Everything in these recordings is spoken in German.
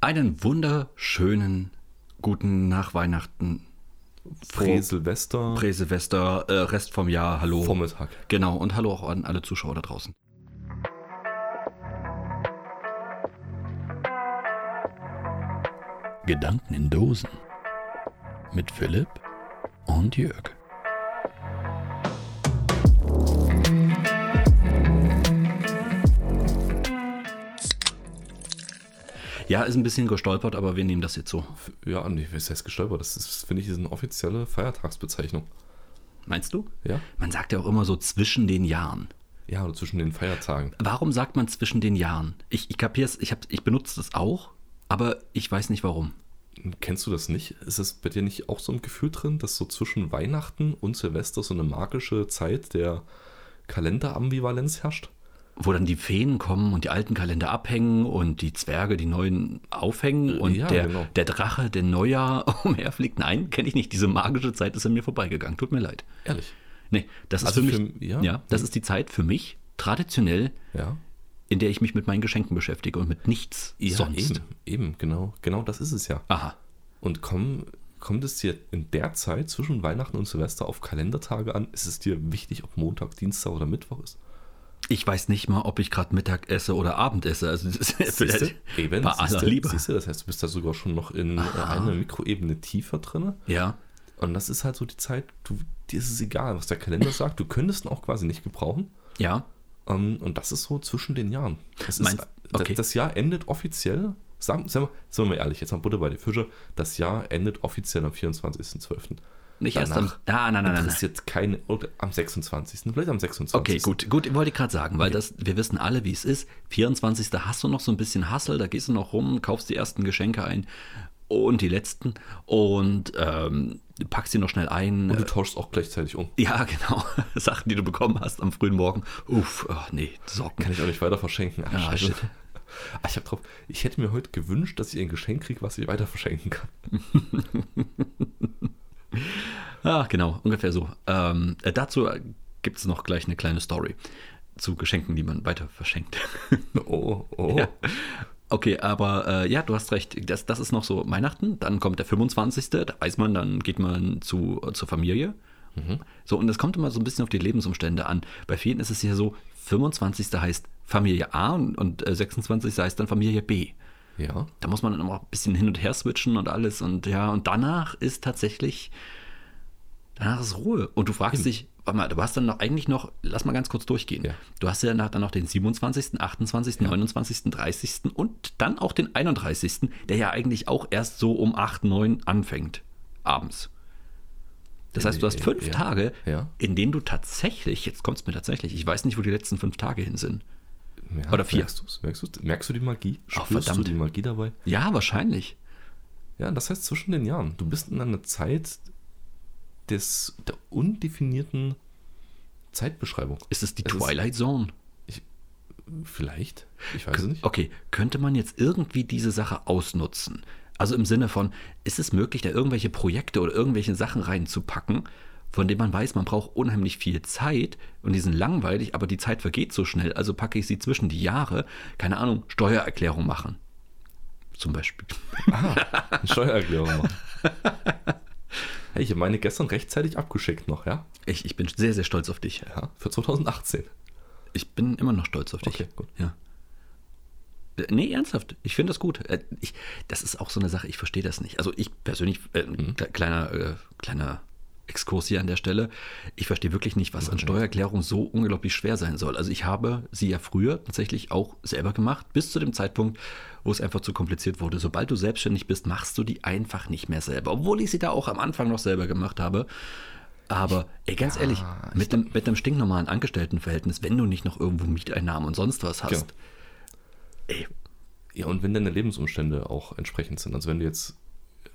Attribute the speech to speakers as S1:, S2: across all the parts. S1: Einen wunderschönen guten Nachweihnachten.
S2: Pre-Silvester.
S1: Präsilvester, äh, Rest vom Jahr, hallo.
S2: Vormittag.
S1: Genau, und hallo auch an alle Zuschauer da draußen.
S3: Gedanken in Dosen mit Philipp und Jörg.
S1: Ja, ist ein bisschen gestolpert, aber wir nehmen das jetzt so.
S2: Ja, nee, was heißt gestolpert? Das ist, finde ich, ist eine offizielle Feiertagsbezeichnung.
S1: Meinst du?
S2: Ja?
S1: Man sagt ja auch immer so zwischen den Jahren.
S2: Ja, oder zwischen den Feiertagen.
S1: Warum sagt man zwischen den Jahren? Ich, ich kapier's, ich, hab, ich benutze das auch, aber ich weiß nicht warum.
S2: Kennst du das nicht? Ist es bei dir nicht auch so ein Gefühl drin, dass so zwischen Weihnachten und Silvester so eine magische Zeit der Kalenderambivalenz herrscht?
S1: Wo dann die Feen kommen und die alten Kalender abhängen und die Zwerge die neuen aufhängen und
S2: Ja,
S1: der,
S2: genau.
S1: der Drache, der Neujahr umherfliegt. Nein, kenne ich nicht. Diese magische Zeit ist an mir vorbeigegangen. Tut mir leid.
S2: Ehrlich.
S1: Nee, das ist
S2: Also
S1: für mich,
S2: für- ja?
S1: das ist die Zeit für mich traditionell,
S2: Ja.
S1: in der ich mich mit meinen Geschenken beschäftige und mit nichts sonst.
S2: Eben, eben, genau. Genau das ist es ja.
S1: Aha.
S2: Und komm, kommt es dir in der Zeit zwischen Weihnachten und Silvester auf Kalendertage an? Ist es dir wichtig, ob Montag, Dienstag oder Mittwoch ist?
S1: Ich weiß nicht mal, ob ich gerade Mittag esse oder Abend esse. Also das ist
S2: Siehste?
S1: vielleicht
S2: Eben,
S1: bei
S2: siehste,
S1: aller Liebe.
S2: Siehste, das heißt, du bist da sogar schon noch in äh, einer Mikroebene tiefer drin.
S1: Ja.
S2: Und das ist halt so die Zeit, du, dir ist es egal, was der Kalender sagt. Du könntest ihn auch quasi nicht gebrauchen.
S1: Ja.
S2: Ähm, und das ist so zwischen den Jahren. Das, ist,
S1: Meinst- okay.
S2: das, das Jahr endet offiziell, sagen, sagen, wir, sagen wir mal ehrlich, jetzt mal Butter bei die Fische, das Jahr endet offiziell am 24.12.
S1: Nicht erst am.
S2: Danach
S1: Ah, nein, nein, nein, nein.
S2: Interessiert keine, oder am 26., vielleicht am 26.
S1: Okay, gut, gut, wollte ich gerade sagen, weil das, wir wissen alle, wie es ist. 24. hast du noch so ein bisschen Hassel, da gehst du noch rum, kaufst die ersten Geschenke ein und die letzten und ähm, packst sie noch schnell ein.
S2: Und du tauschst auch gleichzeitig um.
S1: Ja, genau. Sachen, die du bekommen hast am frühen Morgen. Uff, ach nee, Socken.
S2: Kann ich auch nicht weiter verschenken. Ach,
S1: Ah,
S2: scheiße.
S1: shit.
S2: Ah, ich, hab drauf, ich hätte mir heute gewünscht, dass ich ein Geschenk kriege, was ich weiter verschenken kann.
S1: Ah, genau, ungefähr so. Ähm, äh, dazu gibt es noch gleich eine kleine Story zu Geschenken, die man weiter verschenkt.
S2: Oh, oh.
S1: Ja. Okay, aber äh, ja, du hast recht. Das, das ist noch so Weihnachten. Dann kommt der 25. Da weiß man, dann geht man zu, äh, zur Familie. So, und es kommt immer so ein bisschen auf die Lebensumstände an. Bei vielen ist es ja so, 25. heißt Familie A und, und äh, 26. heißt dann Familie B.
S2: Ja.
S1: Da muss man dann auch ein bisschen hin und her switchen und alles. Und ja, und danach ist tatsächlich, danach ist Ruhe. Und du fragst dich, warte mal, du hast dann noch eigentlich noch, lass mal ganz kurz durchgehen.
S2: Ja.
S1: Du hast ja danach dann noch den 27., 28., 29., 30. und dann auch den 31., der ja eigentlich auch erst so um 8, 9 anfängt, abends. Das heißt, du hast fünf
S2: Äh, Ja.
S1: Tage,
S2: Ja.
S1: in denen du tatsächlich, jetzt kommt es mir tatsächlich, ich weiß nicht, wo die letzten fünf Tage hin sind.
S2: ja Oh,
S1: Oder vier.
S2: Merkst, du's? merkst, du's? merkst du die Magie?
S1: Ach,
S2: du
S1: verdammt.
S2: die Magie dabei?
S1: Ja, wahrscheinlich.
S2: Ja, das heißt zwischen den Jahren. Du bist in einer Zeit des, der undefinierten Zeitbeschreibung.
S1: Ist es die
S2: Es ist-
S1: Twilight Zone?
S2: Vielleicht. Ich weiß es nicht.
S1: Okay, könnte man jetzt irgendwie diese Sache ausnutzen? Also im Sinne von, ist es möglich, da irgendwelche Projekte oder irgendwelche Sachen reinzupacken, von denen man weiß, man braucht unheimlich viel Zeit und die sind langweilig, aber die Zeit vergeht so schnell, also packe ich sie zwischen die Jahre, keine Ahnung, Steuererklärung machen. Zum Beispiel.
S2: Eine Steuererklärung machen. hey, ich habe meine gestern rechtzeitig abgeschickt noch, ja?
S1: Ich, ich bin sehr, sehr stolz auf dich.
S2: Ja, für 2018.
S1: Ich bin immer noch stolz auf dich.
S2: Okay, gut.
S1: Ja. Äh, Nee, ernsthaft. Ich finde das gut. Äh, Ich, das ist auch so eine Sache, ich verstehe das nicht. Also ich persönlich, äh,
S2: Mhm.
S1: kle- kleiner, äh, kleiner Exkurs hier an der Stelle, ich verstehe wirklich nicht, was an Steuererklärung so unglaublich schwer sein soll. Also ich habe sie ja früher tatsächlich auch selber gemacht, bis zu dem Zeitpunkt, wo es einfach zu kompliziert wurde. Sobald du selbstständig bist, machst du die einfach nicht mehr selber. Obwohl ich sie da auch am Anfang noch selber gemacht habe. Aber ey, ganz ehrlich, mit einem, mit einem stinknormalen Angestelltenverhältnis, wenn du nicht noch irgendwo Mieteinnahmen und sonst was hast,
S2: Genau.
S1: ey,
S2: Ja, und wenn deine Lebensumstände auch entsprechend sind. Also wenn du jetzt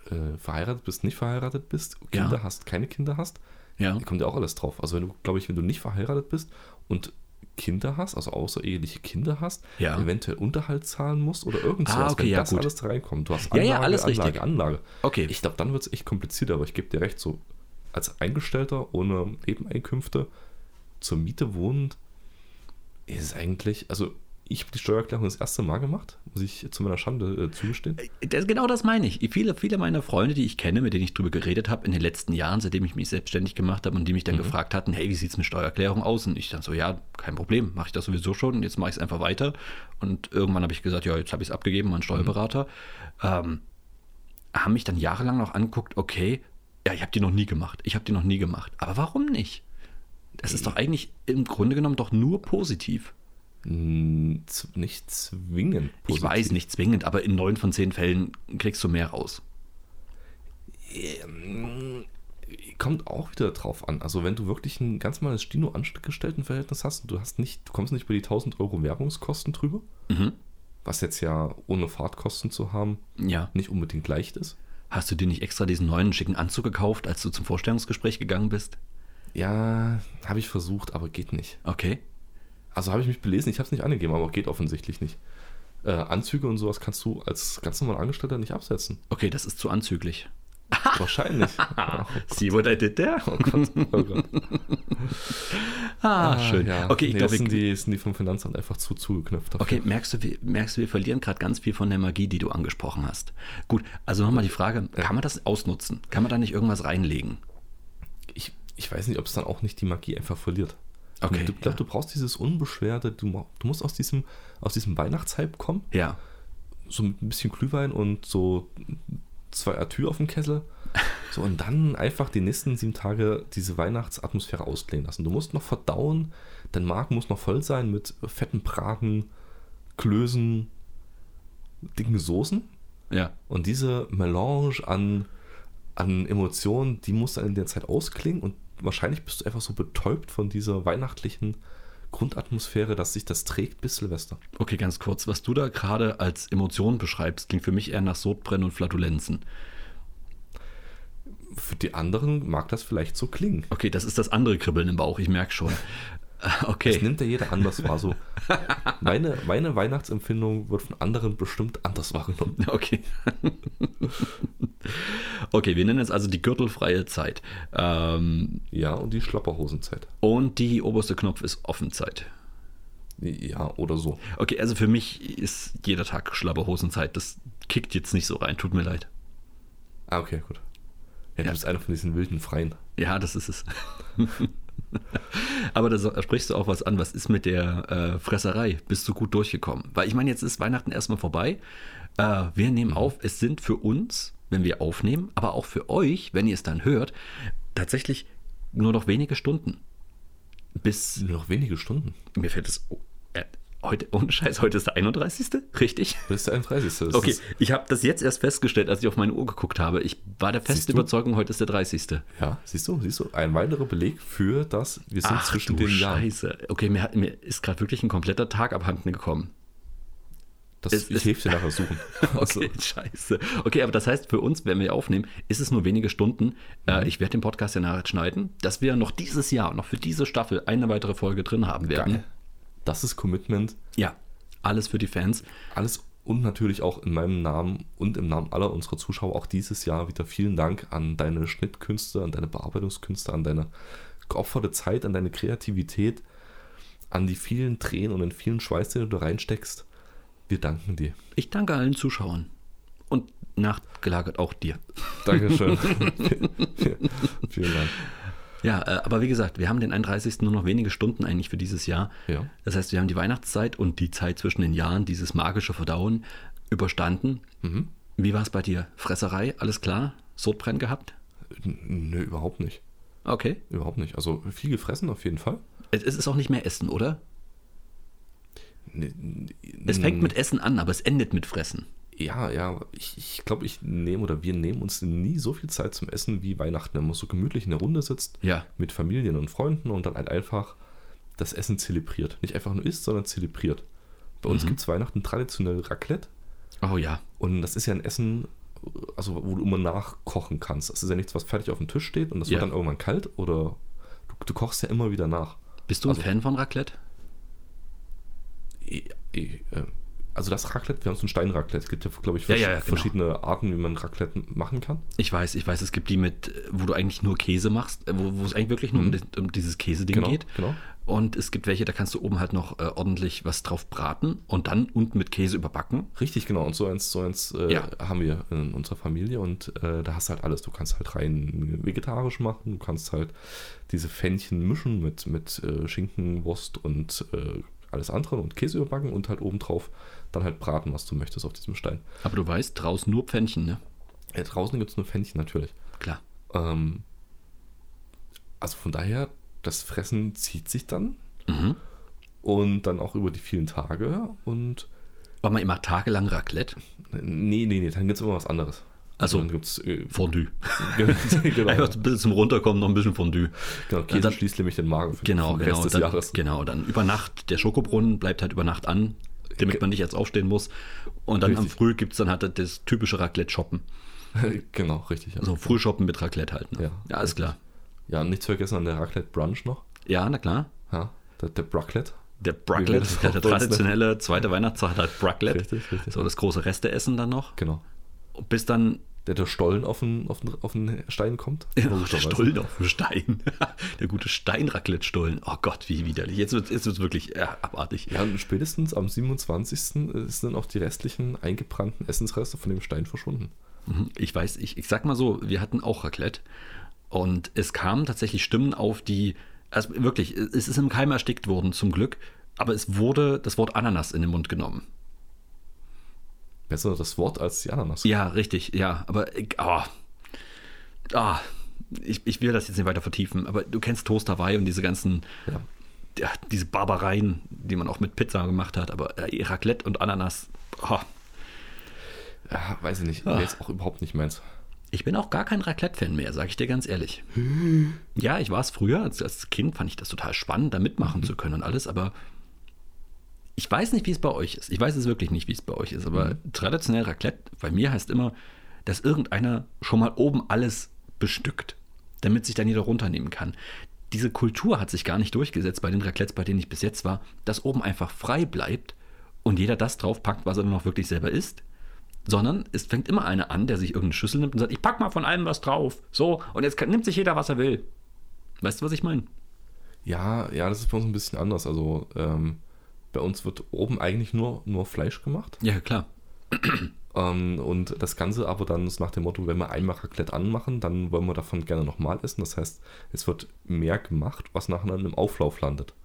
S2: äh, verheiratet bist, nicht verheiratet bist,
S1: Ja.
S2: Kinder hast, keine Kinder hast,
S1: Ja.
S2: kommt ja auch alles drauf. Also wenn du, glaube ich, wenn du nicht verheiratet bist und Kinder hast, also außereheliche Kinder hast,
S1: Ja.
S2: eventuell Unterhalt zahlen musst oder irgend
S1: Ah,
S2: sowas,
S1: okay,
S2: wenn
S1: ja,
S2: das
S1: gut.
S2: alles da reinkommt. Du hast
S1: Ja, ja, alles
S2: Anlage,
S1: richtig.
S2: Anlage.
S1: Okay.
S2: Ich glaube, dann wird es echt kompliziert, aber ich gebe dir recht, so als Eingestellter ohne Nebeneinkünfte zur Miete wohnend ist es eigentlich, also ich habe die Steuererklärung das erste Mal gemacht, muss ich zu meiner Schande äh, zugestehen.
S1: Das, genau das meine ich. Viele, viele meiner Freunde, die ich kenne, mit denen ich drüber geredet habe in den letzten Jahren, seitdem ich mich selbstständig gemacht habe und die mich dann gefragt hatten, hey, wie sieht es mit Steuererklärung aus? Und ich dann so, ja, kein Problem, mache ich das sowieso schon und jetzt mache ich es einfach weiter. Und irgendwann habe ich gesagt, ja, jetzt habe ich es abgegeben an einen Steuerberater. Ähm, haben mich dann jahrelang noch angeguckt, okay, ja, ich habe die noch nie gemacht, ich habe die noch nie gemacht. Aber warum nicht? Das ist doch eigentlich im Grunde genommen doch nur positiv.
S2: N- z- Nicht zwingend
S1: Ich weiß, nicht zwingend, aber in neun von zehn Fällen kriegst du mehr raus.
S2: Ähm, Kommt auch wieder drauf an. Also, wenn du wirklich ein ganz normales Stino-Angestelltenverhältnis hast und du, hast nicht, du kommst nicht über die 1000 Euro Werbungskosten drüber,
S1: Mhm.
S2: was jetzt ja ohne Fahrtkosten zu haben
S1: Ja.
S2: nicht unbedingt leicht ist.
S1: Hast du dir nicht extra diesen neuen schicken Anzug gekauft, als du zum Vorstellungsgespräch gegangen bist?
S2: Ja, habe ich versucht, aber geht nicht.
S1: Okay.
S2: Also habe ich mich belesen, ich habe es nicht angegeben, aber geht offensichtlich nicht. Äh, Anzüge und sowas kannst du als ganz normaler Angestellter nicht absetzen.
S1: Okay, das ist zu anzüglich.
S2: Wahrscheinlich.
S1: Ah.
S2: oh,
S1: See what I did there?
S2: oh Gott, oh Gott.
S1: Ah, schön.
S2: Ja.
S1: Okay, ich
S2: nee,
S1: glaube,
S2: das sind
S1: wir-
S2: die, sind die vom Finanzamt einfach zu zugeknöpft. dafür.
S1: Okay, merkst du, wir, merkst du, wir verlieren gerade ganz viel von der Magie, die du angesprochen hast. Gut, also nochmal die Frage, kann man das ausnutzen? Kann man da nicht irgendwas reinlegen?
S2: Ich, ich weiß nicht, ob es dann auch nicht die Magie einfach verliert.
S1: Okay,
S2: Du,
S1: ja.
S2: glaub, du brauchst dieses Unbeschwerte, du, ma- du musst aus diesem, aus diesem Weihnachtshype kommen,
S1: Ja.
S2: so mit ein bisschen Glühwein und so zwei Atür auf dem Kessel. So, und dann einfach die nächsten sieben Tage diese Weihnachtsatmosphäre ausklingen lassen. Du musst noch verdauen, dein Magen muss noch voll sein mit fetten Braten, Klößen, dicken Soßen.
S1: Ja.
S2: Und diese Melange an, an Emotionen, die muss dann in der Zeit ausklingen und wahrscheinlich bist du einfach so betäubt von dieser weihnachtlichen Grundatmosphäre, dass sich das trägt bis Silvester.
S1: Okay, ganz kurz. Was du da gerade als Emotion beschreibst, klingt für mich eher nach Sodbrennen und Flatulenzen.
S2: Für die anderen mag das vielleicht so klingen.
S1: Okay, das ist das andere Kribbeln im Bauch, ich merke schon. Okay.
S2: Das nimmt ja jeder anders wahr. So. Meine, meine Weihnachtsempfindung wird von anderen bestimmt anders wahrgenommen.
S1: Okay. okay, wir nennen es also die gürtelfreie Zeit. Ähm,
S2: Ja, und die Schlapperhosenzeit.
S1: und die oberste Knopf ist Offenzeit.
S2: Ja, oder so.
S1: Okay, also für mich ist jeder Tag Schlabberhosenzeit. Das kickt jetzt nicht so rein, tut mir leid.
S2: Ah, okay, gut. Ja, du
S1: Ja.
S2: bist einer von diesen wilden Freien.
S1: Ja, das ist es. Aber da so- da sprichst du auch was an. Was ist mit der äh, Fresserei? Bist du gut durchgekommen? Weil ich meine, jetzt ist Weihnachten erstmal vorbei. Äh, wir
S2: Mhm.
S1: nehmen auf. Es sind für uns, wenn wir aufnehmen, aber auch für euch, wenn ihr es dann hört, tatsächlich nur noch wenige Stunden. Bis,
S2: Nur noch wenige Stunden.
S1: mir fällt es, oh, äh, heute, ohne Scheiß, heute ist der 31. Richtig?
S2: Das ist der 31. Das
S1: Okay,
S2: Ist,
S1: ich habe das jetzt erst festgestellt, als ich auf meine Uhr geguckt habe. Ich war der
S2: Siehst
S1: festen
S2: du?
S1: Überzeugung, heute ist der 30.
S2: Ja, siehst du, siehst du, ein weiterer Beleg für das, wir sind
S1: Ach,
S2: zwischen
S1: du
S2: den Jahren.
S1: Oh, Scheiße. Okay, mir, hat, mir ist gerade wirklich ein kompletter Tag abhanden gekommen.
S2: Das,
S1: Es ist-
S2: ich helfe dir nachher suchen. Also,
S1: Okay, scheiße. Okay, aber das heißt für uns, wenn wir aufnehmen, ist es nur wenige Stunden. Äh, ich werde den Podcast ja nachher schneiden, dass wir noch dieses Jahr, noch für diese Staffel eine weitere Folge drin haben werden.
S2: geil. Das ist Commitment.
S1: Ja, alles für die Fans.
S2: Alles und natürlich auch in meinem Namen und im Namen aller unserer Zuschauer auch dieses Jahr wieder vielen Dank an deine Schnittkünste, an deine Bearbeitungskünste, an deine geopferte Zeit, an deine Kreativität, an die vielen Tränen und den vielen Schweiß, den du da reinsteckst. Wir danken dir.
S1: Ich danke allen Zuschauern und nachgelagert auch dir.
S2: Dankeschön. vielen Dank.
S1: Ja, äh, aber wie gesagt, wir haben den 31. nur noch wenige Stunden eigentlich für dieses Jahr.
S2: Ja.
S1: Das heißt, wir haben die Weihnachtszeit und die Zeit zwischen den Jahren, dieses magische Verdauen, überstanden. Wie war es bei dir? Fresserei, alles klar? Sodbrennen gehabt?
S2: Nö, überhaupt nicht.
S1: Okay.
S2: Überhaupt nicht. Also viel gefressen auf jeden Fall.
S1: Es es ist auch nicht mehr Essen, oder?
S2: Nee, nee,
S1: Es fängt mit Essen an, aber es endet mit Fressen.
S2: Ja, ja, ich, ich glaube, ich nehme oder wir nehmen uns nie so viel Zeit zum Essen wie Weihnachten, wenn man so gemütlich in der Runde sitzt,
S1: Ja.
S2: mit Familien und Freunden und dann halt einfach das Essen zelebriert. Nicht einfach nur isst, sondern zelebriert. Bei
S1: Mhm.
S2: uns gibt es Weihnachten traditionell Raclette
S1: Oh ja.
S2: und das ist ja ein Essen, also wo du immer nachkochen kannst. Das ist ja nichts, was fertig auf dem Tisch steht und das wird
S1: Ja.
S2: dann irgendwann kalt oder du, du kochst ja immer
S1: Also.
S2: wieder nach.
S1: Bist du ein Fan von Raclette?
S2: Eh, eh, äh, also das Raclette, wir haben so ein Steinraclette. Es gibt ja, glaube ich,
S1: ähm. Ja, ja, ja, genau.
S2: verschiedene Arten, wie man Raclette machen kann.
S1: Ich weiß, ich weiß, es gibt die mit, äh, wo du eigentlich nur Käse machst, äh, wo, wo es eigentlich wirklich nur um, di- um dieses Käseding
S2: Genau,
S1: geht.
S2: genau.
S1: Und es gibt welche, da kannst du oben halt noch äh, ordentlich was drauf braten und dann unten mit Käse überbacken.
S2: Richtig, genau. Und so eins, so eins äh,
S1: Ja.
S2: haben wir in unserer Familie und äh, da hast du halt alles. Du kannst halt rein vegetarisch machen, du kannst halt diese Fännchen mischen mit, mit äh, Schinken, Wurst und äh, alles andere und Käse überbacken und halt obendrauf dann halt braten, was du möchtest auf diesem Stein.
S1: Aber du weißt, draußen nur Pfännchen, ne?
S2: Äh, draußen gibt es nur Fännchen natürlich.
S1: Klar.
S2: Ähm, also von daher, das Fressen zieht sich dann
S1: Mhm.
S2: und dann auch über die vielen Tage und
S1: War man immer tagelang Raclette?
S2: nee, nee, nee, dann gibt es immer was anderes.
S1: Also-
S2: dann gibt es äh,
S1: Fondue.
S2: genau,
S1: Einfach ein bisschen zum Runterkommen noch ein bisschen Fondue.
S2: genau, Käse
S1: dann-
S2: schließt nämlich den Magen für
S1: Genau,
S2: den Rest
S1: genau.
S2: des
S1: Dann,
S2: Jahres.
S1: genau, dann über Nacht. Der Schokobrunnen bleibt halt über Nacht an, damit man nicht jetzt aufstehen muss. Und dann am
S2: Richtig.
S1: Früh gibt es dann halt das typische Raclette-Shoppen.
S2: genau, richtig. Ja.
S1: Also Frühshoppen mit Raclette halt. Ne?
S2: Ja.
S1: ja, alles klar.
S2: ja, und nicht zu vergessen an der Raclette Brunch noch.
S1: Ja, na klar.
S2: Ja, der, der Raclette.
S1: Der
S2: Wie wir
S1: Bracklet,
S2: das
S1: der,
S2: auch
S1: der
S2: bei uns
S1: traditionelle zweite Weihnachtstag hat Bracklet.
S2: Richtig, richtig.
S1: So das große Resteessen dann noch.
S2: Genau.
S1: Und Bis dann
S2: Der der Stollen auf den, auf den, auf den Stein kommt.
S1: der
S2: Logischerweise.
S1: Stullen auf dem Stein. der gute Steinraclette-Stullen. Oh Gott, wie widerlich. Jetzt wird es jetzt wird's wirklich ja, abartig.
S2: Ja, und spätestens am 27. sind auch die restlichen eingebrannten Essensreste von dem Stein verschwunden.
S1: Mhm, Ich weiß, ich, ich sag mal so, wir hatten auch Raclette. Und es kamen tatsächlich Stimmen auf, die, also wirklich, es ist im Keim erstickt worden, zum Glück. Aber es wurde das Wort Ananas in den Mund genommen.
S2: Besser das Wort als die Ananas.
S1: Ja, richtig, ja. Aber ich- ah, ah, ich, ich will das jetzt nicht weiter vertiefen, aber du kennst Toast Hawaii und diese ganzen,
S2: Ja.
S1: ja, diese Barbareien, die man auch mit Pizza gemacht hat, aber äh, Raclette und Ananas, ah.
S2: Ja, weiß ich nicht. Wäre jetzt auch überhaupt nicht meins.
S1: Ich bin auch gar kein Raclette-Fan mehr, sage ich dir ganz ehrlich. Ja, ich war es früher, als, als Kind fand ich das total spannend, da mitmachen zu können und alles, aber ich weiß nicht, wie es bei euch ist. Ich weiß es wirklich nicht, wie es bei euch ist, aber traditionell Raclette bei mir heißt immer, dass irgendeiner schon mal oben alles bestückt, damit sich dann jeder runternehmen kann. Diese Kultur hat sich gar nicht durchgesetzt bei den Raclettes, bei denen ich bis jetzt war, dass oben einfach frei bleibt und jeder das draufpackt, was er dann noch wirklich selber isst sondern es fängt immer einer an, der sich irgendeine Schüssel nimmt und sagt, ich pack mal von allem was drauf. So, und jetzt kann, nimmt sich jeder, was er will. Weißt du, was ich meine?
S2: Ja, ja, das ist bei uns ein bisschen anders. Also ähm, bei uns wird oben eigentlich nur, nur Fleisch gemacht.
S1: Ja, klar.
S2: Ähm, und das Ganze aber dann ist nach dem Motto, wenn wir einmal Raclette anmachen, dann wollen wir davon gerne nochmal essen. Das heißt, es wird mehr gemacht, was nachher im Auflauf landet.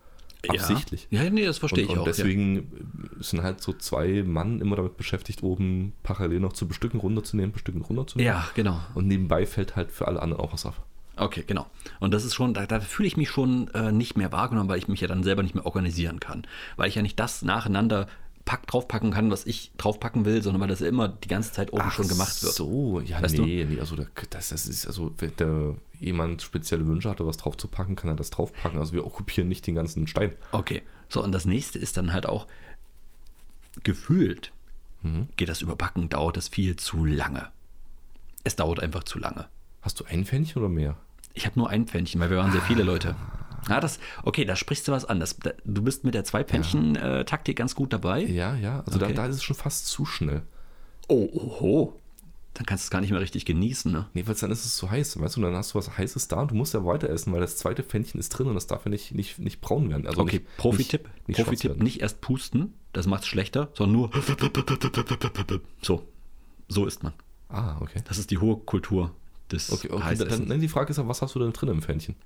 S2: Absichtlich.
S1: Ja, ja nee, das verstehe
S2: Und,
S1: ich
S2: und
S1: auch.
S2: deswegen sind halt so zwei Mann immer damit beschäftigt, oben parallel noch zu bestücken, runterzunehmen, bestücken,
S1: ja.
S2: runterzunehmen.
S1: ja, genau.
S2: Und nebenbei fällt halt für alle anderen auch was ab.
S1: Okay, genau. Und das ist schon, da, da fühle ich mich schon äh, nicht mehr wahrgenommen, weil ich mich ja dann selber nicht mehr organisieren kann. Weil ich ja nicht das nacheinander pack, draufpacken kann, was ich draufpacken will, sondern weil das ja immer die ganze Zeit oben schon gemacht wird.
S2: So, ja,
S1: Weißt
S2: nee, nee, also da- das, das ist, also wenn da jemand spezielle Wünsche hatte, was draufzupacken, kann er das draufpacken. Also wir okkupieren nicht den ganzen Stein.
S1: Okay. So, und das nächste ist dann halt auch gefühlt,
S2: Mhm.
S1: geht das überbacken, dauert es viel zu lange. Es dauert einfach zu lange.
S2: Hast du ein Pfännchen oder mehr?
S1: Ich habe nur ein Pfännchen, weil wir waren sehr viele Leute. Ah, das, okay, da sprichst du was an. Das, da, du bist mit der Zwei-Pfännchen-Taktik ganz gut dabei.
S2: Ja, ja, also
S1: Okay.
S2: da, da ist es schon fast zu schnell.
S1: Oh, oh, oh. Dann kannst du es gar nicht mehr richtig genießen, ne?
S2: Nee, weil dann ist es zu heiß, weißt du, dann hast du was Heißes da und du musst ja weiter essen, weil das zweite Pfännchen ist drin und das darf ja nicht, nicht, nicht braun werden. Also
S1: Okay,
S2: nicht-
S1: Profi-Tipp.
S2: nicht- nicht schwarz
S1: Profi-Tipp,
S2: werden.
S1: nicht erst pusten, das macht's schlechter, sondern nur so. So ist man.
S2: Ah, okay.
S1: Das ist die hohe Kultur des
S2: Okay, okay dann,
S1: Heißessens.
S2: dann dann die Frage ist ja, was hast du denn drin im Pfännchen?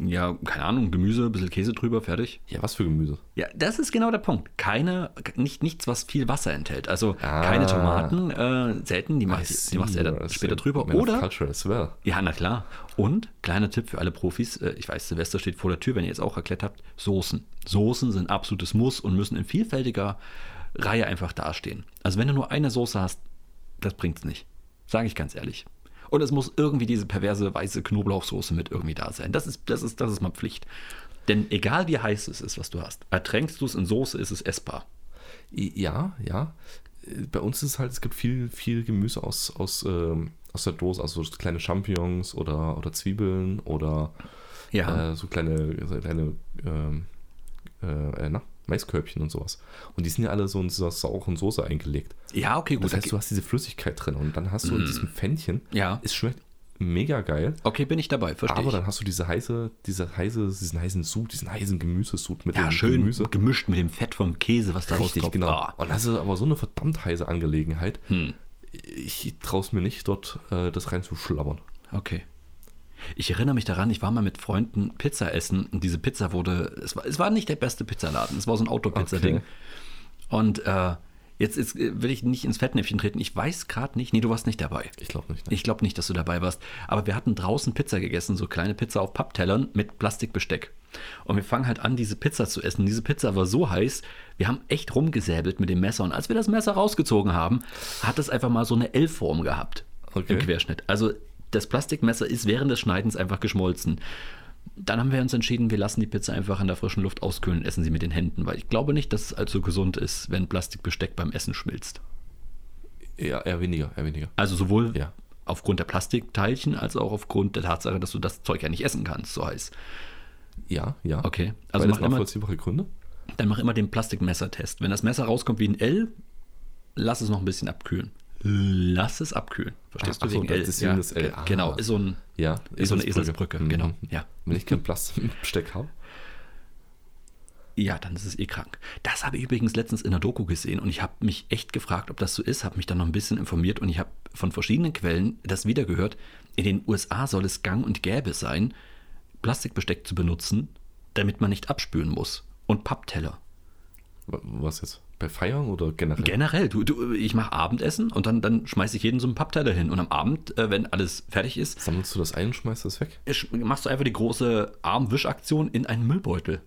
S1: Ja, keine Ahnung, Gemüse, ein bisschen Käse drüber, fertig.
S2: Ja, was für Gemüse?
S1: Ja, das ist genau der Punkt. Keine, nicht, nichts, was viel Wasser enthält. Also
S2: Ah.
S1: keine Tomaten, äh, selten, die macht, die macht er dann
S2: Das ist
S1: später
S2: ein
S1: drüber.
S2: Man of
S1: Oder,
S2: Culture as well.
S1: ja, na klar. Und, kleiner Tipp für alle Profis, äh, ich weiß, Silvester steht vor der Tür, wenn ihr jetzt auch erklärt habt, Soßen. Soßen sind absolutes Muss und müssen in vielfältiger Reihe einfach dastehen. Also wenn du nur eine Soße hast, das bringt's nicht. Sage ich ganz ehrlich. Und es muss irgendwie diese perverse weiße Knoblauchsoße mit irgendwie da sein. Das ist, das ist, das ist mal Pflicht. Denn egal wie heiß es ist, was du hast, ertränkst du es in Soße, ist es essbar.
S2: Ja, ja. Äh, Bei uns ist es halt, es gibt viel, viel Gemüse aus, aus, ähm, aus der Dose, also so kleine Champignons oder, oder Zwiebeln oder
S1: Ja.
S2: äh, so kleine, so kleine ähm, äh, äh, na, Maiskörbchen und sowas. Und die sind ja alle so in dieser sauren Soße eingelegt.
S1: Ja, okay, gut.
S2: Das heißt,
S1: okay.
S2: du hast diese Flüssigkeit drin und dann hast du in diesem Pfännchen,
S1: Mhm. Ja.
S2: es schmeckt mega geil,
S1: okay, bin ich dabei, verstehe
S2: aber
S1: ich.
S2: dann hast du diese heiße, diese heiße, diesen heißen Sud, diesen heißen Gemüsesud mit
S1: Ja,
S2: dem
S1: schön
S2: Gemüse.
S1: gemischt mit dem Fett vom Käse, was da
S2: Richtig,
S1: rauskommt.
S2: genau.
S1: Ah.
S2: Und das ist aber so eine verdammt heiße Angelegenheit.
S1: Hm.
S2: Ich traue es mir nicht, dort äh, das reinzuschlabbern.
S1: Okay. Ich erinnere mich daran, ich war mal mit Freunden Pizza essen und diese Pizza wurde, es war, es war nicht der beste Pizzaladen, es war so ein Outdoor-Pizza-Ding.
S2: Okay.
S1: Und äh, jetzt ist, will ich nicht ins Fettnäpfchen treten, ich weiß gerade nicht, nee, du warst nicht dabei.
S2: Ich glaube nicht. ne?
S1: Ich glaube nicht, dass du dabei warst. Aber wir hatten draußen Pizza gegessen, so kleine Pizza auf Papptellern mit Plastikbesteck. Und wir fangen halt an, diese Pizza zu essen. Diese Pizza war so heiß, wir haben echt rumgesäbelt mit dem Messer. Und als wir das Messer rausgezogen haben, hat es einfach mal so eine L-Form gehabt
S2: Okay.
S1: im Querschnitt. Also das Plastikmesser ist während des Schneidens einfach geschmolzen. Dann haben wir uns entschieden, wir lassen die Pizza einfach in der frischen Luft auskühlen, und essen sie mit den Händen, weil ich glaube nicht, dass es allzu gesund ist, wenn Plastikbesteck beim Essen schmilzt.
S2: Eher, eher weniger, eher weniger.
S1: Also sowohl
S2: Ja.
S1: aufgrund der Plastikteilchen als auch aufgrund der Tatsache, dass du das Zeug ja nicht essen kannst, so heiß.
S2: Ja, ja.
S1: Okay, also
S2: Also Beides
S1: mach immer,
S2: nachvollziehbare Gründe.
S1: dann mach immer den Plastikmessertest. Wenn das Messer rauskommt wie ein L, lass es noch ein bisschen abkühlen. Lass es abkühlen. Verstehst du
S2: Ach, ach so,
S1: wegen
S2: das
S1: L?
S2: ist wegen des L. Ah.
S1: Genau, ist so, ein,
S2: Ja,
S1: ist so eine Eselsbrücke.
S2: Mhm.
S1: Genau, ja.
S2: Wenn ich kein Plastikbesteck habe.
S1: Ja, dann ist es eh krank. Das habe ich übrigens letztens in der Doku gesehen und ich habe mich echt gefragt, ob das so ist, habe mich dann noch ein bisschen informiert und ich habe von verschiedenen Quellen das wiedergehört. In den USA soll es gang und gäbe sein, Plastikbesteck zu benutzen, damit man nicht abspülen muss. Und Pappteller.
S2: Wa- Was jetzt? Bei Feiern oder generell?
S1: Generell, du, du, ich mache Abendessen und dann, dann schmeiße ich jeden so einen Pappteller hin. Und am Abend, äh, wenn alles fertig ist,
S2: Sammelst du das ein und schmeißt das weg?
S1: sch- machst du einfach die große Armwischaktion in einen Müllbeutel.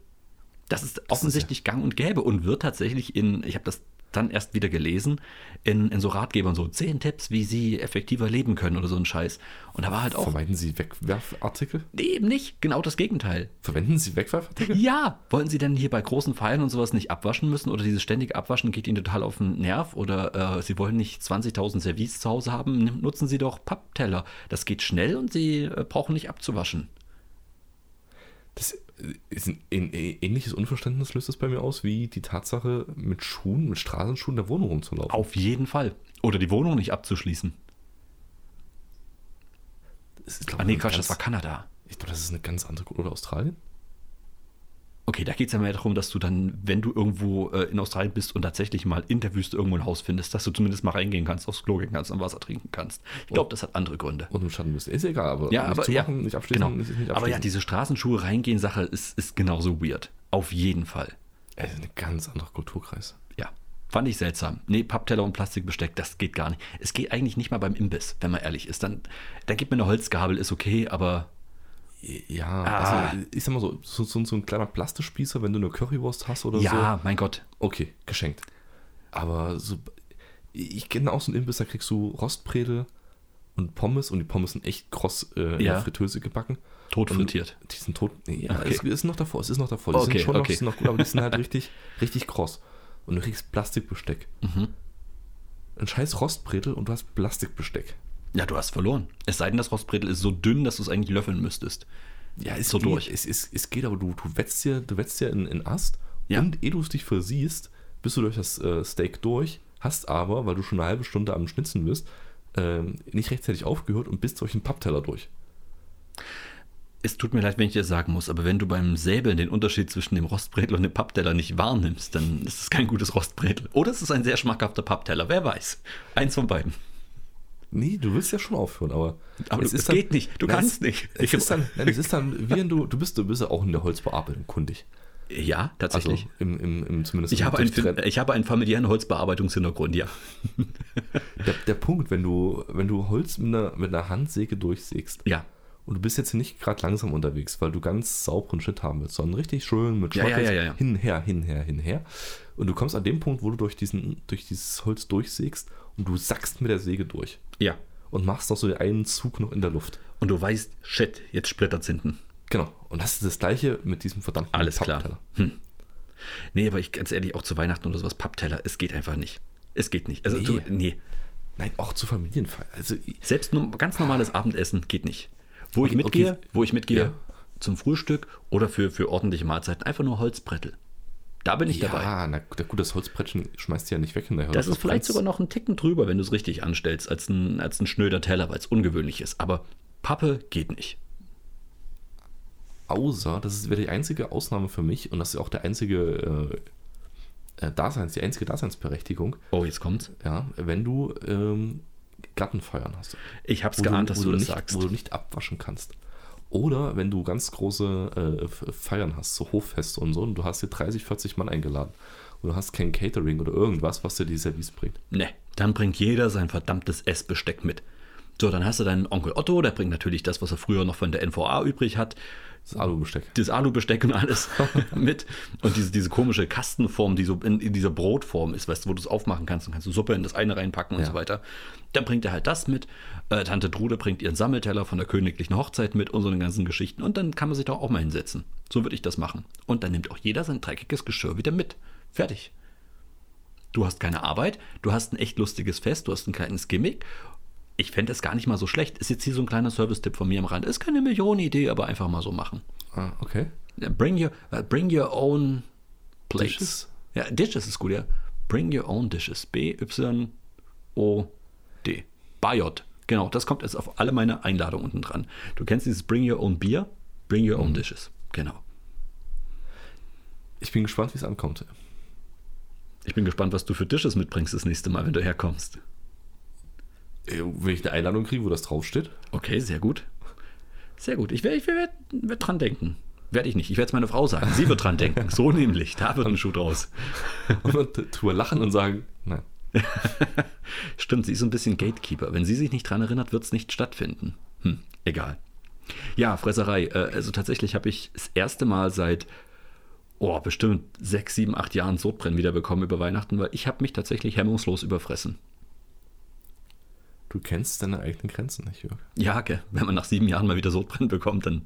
S1: Das ist offensichtlich gang und gäbe und wird tatsächlich in, ich habe das dann erst wieder gelesen, in, in so Ratgebern so zehn Tipps, wie sie effektiver leben können oder so ein Scheiß. Und da war halt auch
S2: Vermeiden Sie Wegwerfartikel?
S1: nee, eben nicht, genau das Gegenteil.
S2: Verwenden Sie Wegwerfartikel?
S1: Ja, wollen Sie denn hier bei großen Pfeilen und sowas nicht abwaschen müssen oder dieses ständige Abwaschen geht Ihnen total auf den Nerv oder äh, Sie wollen nicht 20.000 Service zu Hause haben, nimm- nutzen Sie doch Pappteller. Das geht schnell und Sie äh, brauchen nicht abzuwaschen.
S2: Das ist ein, ein ähnliches Unverständnis löst es bei mir aus, wie die Tatsache, mit Schuhen, mit Straßenschuhen in der Wohnung rumzulaufen.
S1: Auf jeden Fall. Oder die Wohnung nicht abzuschließen.
S2: Das ist, glaub
S1: Ah
S2: ich,
S1: nee,
S2: eine
S1: Quatsch,
S2: Mhm, ganz-
S1: das war Kanada.
S2: Ich glaube, das ist eine ganz andere Gru- Oder Australien?
S1: Okay, da geht es ja mehr darum, dass du dann, wenn du irgendwo äh, in Australien bist und tatsächlich mal in der Wüste irgendwo ein Haus findest, dass du zumindest mal reingehen kannst, aufs Klo gehen kannst und Wasser trinken kannst. Ich glaube, das hat andere Gründe.
S2: Und im Schatten bist. Ist egal, aber
S1: Ja,
S2: Oh. nicht
S1: aber
S2: zu
S1: ja,
S2: machen, nicht abschließen,
S1: genau.
S2: nicht, nicht abschließen.
S1: aber ja, diese Straßenschuhe reingehen Sache ist, ist genauso weird. Auf jeden Fall.
S2: Es ist ein ganz anderer Kulturkreis.
S1: Ja. Fand ich seltsam. Nee, Pappteller und Plastikbesteck, das geht gar nicht. Es geht eigentlich nicht mal beim Imbiss, wenn man ehrlich ist. Dann, dann gibt mir eine Holzgabel, ist okay, aber
S2: Ja,
S1: Ah.
S2: also, ich sag mal so, so, so, so ein kleiner Plastespießer, wenn du eine Currywurst hast oder so.
S1: ja, mein Gott,
S2: Okay, geschenkt. Aber so, ich kenne auch so einen Imbiss, da kriegst du Rostbredel und Pommes und die Pommes sind echt kross äh, in
S1: Ja.
S2: der Fritteuse gebacken.
S1: tot frittiert.
S2: Die sind tot. Nee, ja,
S1: Okay.
S2: es ist noch davor, es ist noch davor. Die
S1: Okay,
S2: sind schon
S1: okay.
S2: noch, sind noch gut, aber die sind halt richtig, richtig kross. Und du kriegst Plastikbesteck.
S1: Mhm.
S2: Ein scheiß Rostbretel und du hast Plastikbesteck.
S1: Ja, du hast verloren. Es sei denn, das Rostbretel ist so dünn, dass du es eigentlich löffeln müsstest.
S2: Ja, es
S1: So
S2: geht,
S1: durch.
S2: Es, es, es geht, aber du, du wetzt dir, du wetzt dir in, in Ast
S1: Ja.
S2: und ehe du es dich versiehst, bist du durch das äh, Steak durch, hast aber, weil du schon eine halbe Stunde am Schnitzen bist, ähm, nicht rechtzeitig aufgehört und bist durch einen Pappteller durch.
S1: Es tut mir leid, wenn ich dir sagen muss, aber wenn du beim Säbeln den Unterschied zwischen dem Rostbretel und dem Pappteller nicht wahrnimmst, dann ist es kein gutes Rostbretel. Oder es ist ein sehr schmackhafter Pappteller, wer weiß. Eins von beiden.
S2: Nee, du willst ja schon aufhören, aber,
S1: Aber du- es geht nicht, du kannst nicht.
S2: Es
S1: Ich-
S2: ist dann, nein, es ist dann, wie wenn du, du bist, du bist ja auch in der Holzbearbeitung kundig.
S1: Ja,
S2: Also
S1: tatsächlich.
S2: im, im, im zumindest
S1: ich,
S2: im
S1: habe einen,
S2: Durchtrennen.
S1: Fil- ich habe einen familiären Holzbearbeitungshintergrund, ja.
S2: der, der Punkt, wenn du, wenn du Holz mit einer, mit einer Handsäge durchsägst,
S1: Ja.
S2: Und du bist jetzt nicht gerade langsam unterwegs, weil du ganz sauberen Shit haben willst, sondern richtig schön mit
S1: Ja, ja,
S2: Schmackes
S1: ja, ja, ja.
S2: hin, her, hin, her, hin, her. Und du kommst an dem Punkt, wo du durch, diesen, durch dieses Holz durchsägst und du sackst mit der Säge durch
S1: Ja.
S2: und machst noch so den einen Zug noch in der Luft.
S1: Und du weißt, shit, jetzt splittert's hinten.
S2: Genau. Und das ist das gleiche mit diesem verdammten
S1: Alles klar.
S2: Pappteller.
S1: Hm. Nee, aber ich ganz ehrlich, auch zu Weihnachten oder sowas, Pappteller, es geht einfach nicht. Es geht nicht. Also, nee. Du,
S2: Nee.
S1: nee.
S2: Nein, auch zu Familienfeiern. Also,
S1: Selbst nur ganz normales Abendessen geht nicht. Wo ich
S2: Okay,
S1: mitgehe,
S2: okay.
S1: wo ich mitgehe
S2: Ja.
S1: zum Frühstück oder für, für ordentliche Mahlzeiten, einfach nur Holzbrettel. Da bin ich dabei.
S2: Ja, na gut, gut, das Holzbrettchen schmeißt du ja nicht weg hinterher.
S1: Das
S2: oder?
S1: ist vielleicht
S2: brennst.
S1: sogar noch ein Ticken drüber, wenn du es richtig anstellst, als ein, als ein schnöder Teller, weil es ungewöhnlich ist. Aber Pappe geht nicht.
S2: Außer, das ist wäre die einzige Ausnahme für mich und das ist auch der einzige äh, äh, Daseins, die einzige Daseinsberechtigung,
S1: Oh, jetzt kommt's.
S2: ja, wenn du ähm, Glattenfeiern hast.
S1: Ich hab's
S2: Wo
S1: geahnt, dass
S2: wo
S1: du, das
S2: nicht,
S1: sagst.
S2: Wo du nicht abwaschen kannst. Oder wenn du ganz große äh, F- Feiern hast, so Hoffeste und so, und du hast dir 30, 40 Mann eingeladen und du hast kein Catering oder irgendwas, was dir die Service bringt.
S1: Ne, dann bringt jeder sein verdammtes Essbesteck mit. So, dann hast du deinen Onkel Otto, der bringt natürlich das, was er früher noch von der NVA übrig hat,
S2: Das Alubesteck.
S1: das Alubesteck und alles mit. Und diese, diese komische Kastenform, die so in, in dieser Brotform ist, weißt du, wo du es aufmachen kannst und kannst du Suppe in das eine reinpacken und
S2: Ja.
S1: so weiter. Dann bringt er halt das mit. Äh, Tante Trude bringt ihren Sammelteller von der königlichen Hochzeit mit und so den ganzen Geschichten. Und dann kann man sich doch auch mal hinsetzen. So würde ich das machen. Und dann nimmt auch jeder sein dreckiges Geschirr wieder mit. Fertig. Du hast keine Arbeit, du hast ein echt lustiges Fest, du hast ein kleines Gimmick. Ich fände es gar nicht mal so schlecht. Ist jetzt hier so ein kleiner Service-Tipp von mir am Rand. Ist keine Millionenidee, aber einfach mal so machen.
S2: Ah, okay.
S1: Bring your, äh, bring your own plates.
S2: Dishes?
S1: Ja, dishes ist gut, ja. Bring your own dishes. B-Y-O-D. Bayot. Genau, das kommt jetzt auf alle meine Einladungen unten dran. Du kennst dieses Bring your own beer, bring your own dishes. Genau.
S2: Ich bin gespannt, wie es ankommt.
S1: Ich bin gespannt, was du für Dishes mitbringst das nächste Mal, wenn du herkommst.
S2: Äh, Wenn ich eine Einladung kriege, wo das draufsteht,
S1: Okay, sehr gut. Sehr gut. Ich werde ich werd, werd dran denken. Werde ich nicht. Ich werde es meiner Frau sagen. Sie wird dran denken. So nämlich. Da wird ein Schuh draus.
S2: und dann drüber lachen und sagen, nein.
S1: Stimmt, sie ist so ein bisschen Gatekeeper. Wenn sie sich nicht dran erinnert, wird es nicht stattfinden. Hm, egal. Ja, Fresserei. Äh, Also tatsächlich habe ich das erste Mal seit, oh, bestimmt sechs, sieben, acht Jahren Sodbrennen wiederbekommen über Weihnachten, weil ich habe mich tatsächlich hemmungslos überfressen.
S2: Du kennst deine eigenen Grenzen nicht, Jörg.
S1: Ja, gell, wenn man nach sieben Jahren mal wieder Sodbrennen bekommt, dann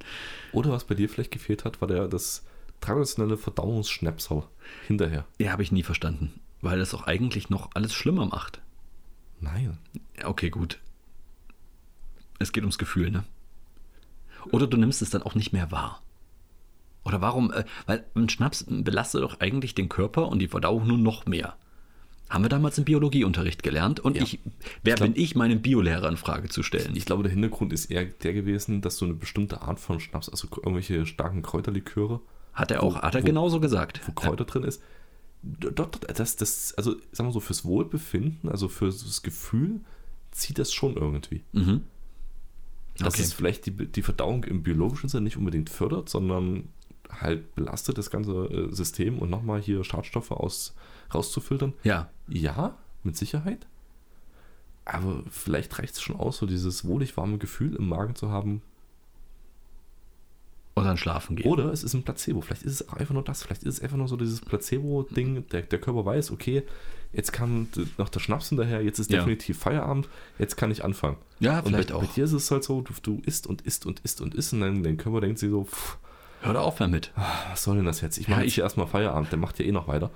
S2: Oder was bei dir vielleicht gefehlt hat, war der, das traditionelle Verdauungsschnäpsel hinterher.
S1: ja, habe ich nie verstanden, weil das auch eigentlich noch alles schlimmer macht.
S2: Nein.
S1: Ja, Okay, gut. Es geht ums Gefühl, ne? Oder du nimmst es dann auch nicht mehr wahr. Oder warum? Äh, weil ein Schnaps belastet doch eigentlich den Körper und die Verdauung nur noch mehr. Haben wir damals im Biologieunterricht gelernt und
S2: Ja.
S1: ich, wer
S2: Ich glaub-
S1: bin ich, meinem Biolehrer in Frage zu stellen?
S2: Ich glaube, der Hintergrund ist eher der gewesen, dass so eine bestimmte Art von Schnaps, also irgendwelche starken Kräuterliköre,
S1: Hat er auch, hat er
S2: wo-
S1: genauso gesagt. Äh,
S2: wo Kräuter drin ist, dort, das, das, also sagen wir so, fürs Wohlbefinden, also für das Gefühl, zieht das schon irgendwie.
S1: Mhm.
S2: Dass
S1: Okay.
S2: es vielleicht die, die Verdauung im biologischen Sinne nicht unbedingt fördert, sondern halt belastet das ganze äh, System und nochmal hier Schadstoffe aus, rauszufiltern.
S1: Ja,
S2: Ja, mit Sicherheit. Aber vielleicht reicht es schon aus, so dieses wohlig warme Gefühl im Magen zu haben.
S1: und dann schlafen gehen.
S2: Oder es ist ein Placebo. Vielleicht ist es auch einfach nur das. Vielleicht ist es einfach nur so dieses
S1: Mhm.
S2: Placebo-Ding. Der, der Körper weiß, okay, jetzt kam d- noch der Schnaps hinterher, jetzt ist
S1: Ja.
S2: definitiv Feierabend, jetzt kann ich anfangen.
S1: ja,
S2: Und
S1: vielleicht
S2: bei, bei
S1: auch.
S2: dir ist es halt so, du, du isst und isst und isst und isst und dann dein Körper denkt sich so, pff,
S1: Hör da auf damit.
S2: was soll denn das jetzt? Ich mache
S1: Ja,
S2: jetzt
S1: ich-
S2: hier erstmal Feierabend, der macht ja eh noch weiter.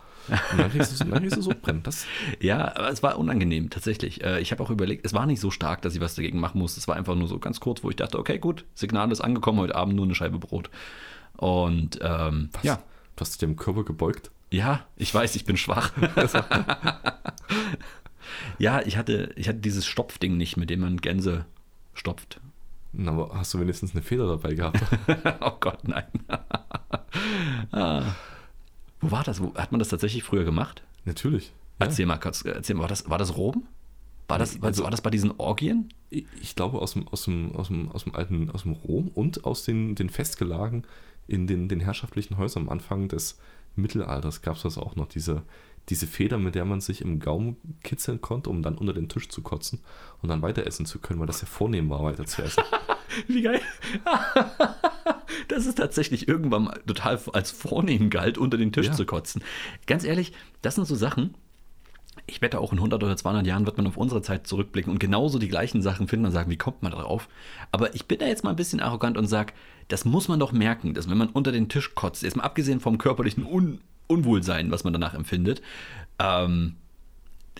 S2: Und dann kriegst du so- dann kriegst du so brennen. Das,
S1: Ja, aber es war unangenehm, tatsächlich. Äh, Ich habe auch überlegt, es war nicht so stark, dass ich was dagegen machen musste. Es war einfach nur so ganz kurz, wo ich dachte, okay, gut, Signal ist angekommen, heute Abend nur eine Scheibe Brot. Und ähm,
S2: was,
S1: ja,
S2: Du hast dich dem Körper gebeugt.
S1: ja, ich weiß, ich bin schwach.
S2: Also.
S1: ja, ich hatte, ich hatte dieses Stopfding nicht, mit dem man Gänse stopft.
S2: Na, aber hast du wenigstens eine Feder dabei gehabt?
S1: oh Gott, nein. ah. Wo war das? Wo, hat man das tatsächlich früher gemacht?
S2: Natürlich. Ja.
S1: Erzähl mal kurz, erzähl mal, war das, war das Rom? War das,
S2: Nee, also-
S1: war das bei diesen Orgien?
S2: Ich ich glaube aus dem, aus dem, aus dem, aus dem alten, aus dem Rom und aus den, den Festgelagen in den, den herrschaftlichen Häusern am Anfang des Mittelalters gab es das auch noch, diese, diese Feder, mit der man sich im Gaumen kitzeln konnte, um dann unter den Tisch zu kotzen und dann weiter essen zu können, weil das ja vornehm war, weiter zu essen.
S1: Wie geil. Das ist tatsächlich irgendwann mal total als vornehm galt, unter den Tisch
S2: Ja.
S1: zu kotzen. Ganz ehrlich, das sind so Sachen, ich wette auch in 100 oder 200 Jahren wird man auf unsere Zeit zurückblicken und genauso die gleichen Sachen finden und sagen, wie kommt man darauf? Aber ich bin da jetzt mal ein bisschen arrogant und sage, das muss man doch merken, dass wenn man unter den Tisch kotzt, jetzt mal abgesehen vom körperlichen Un Unwohlsein, was man danach empfindet, ähm,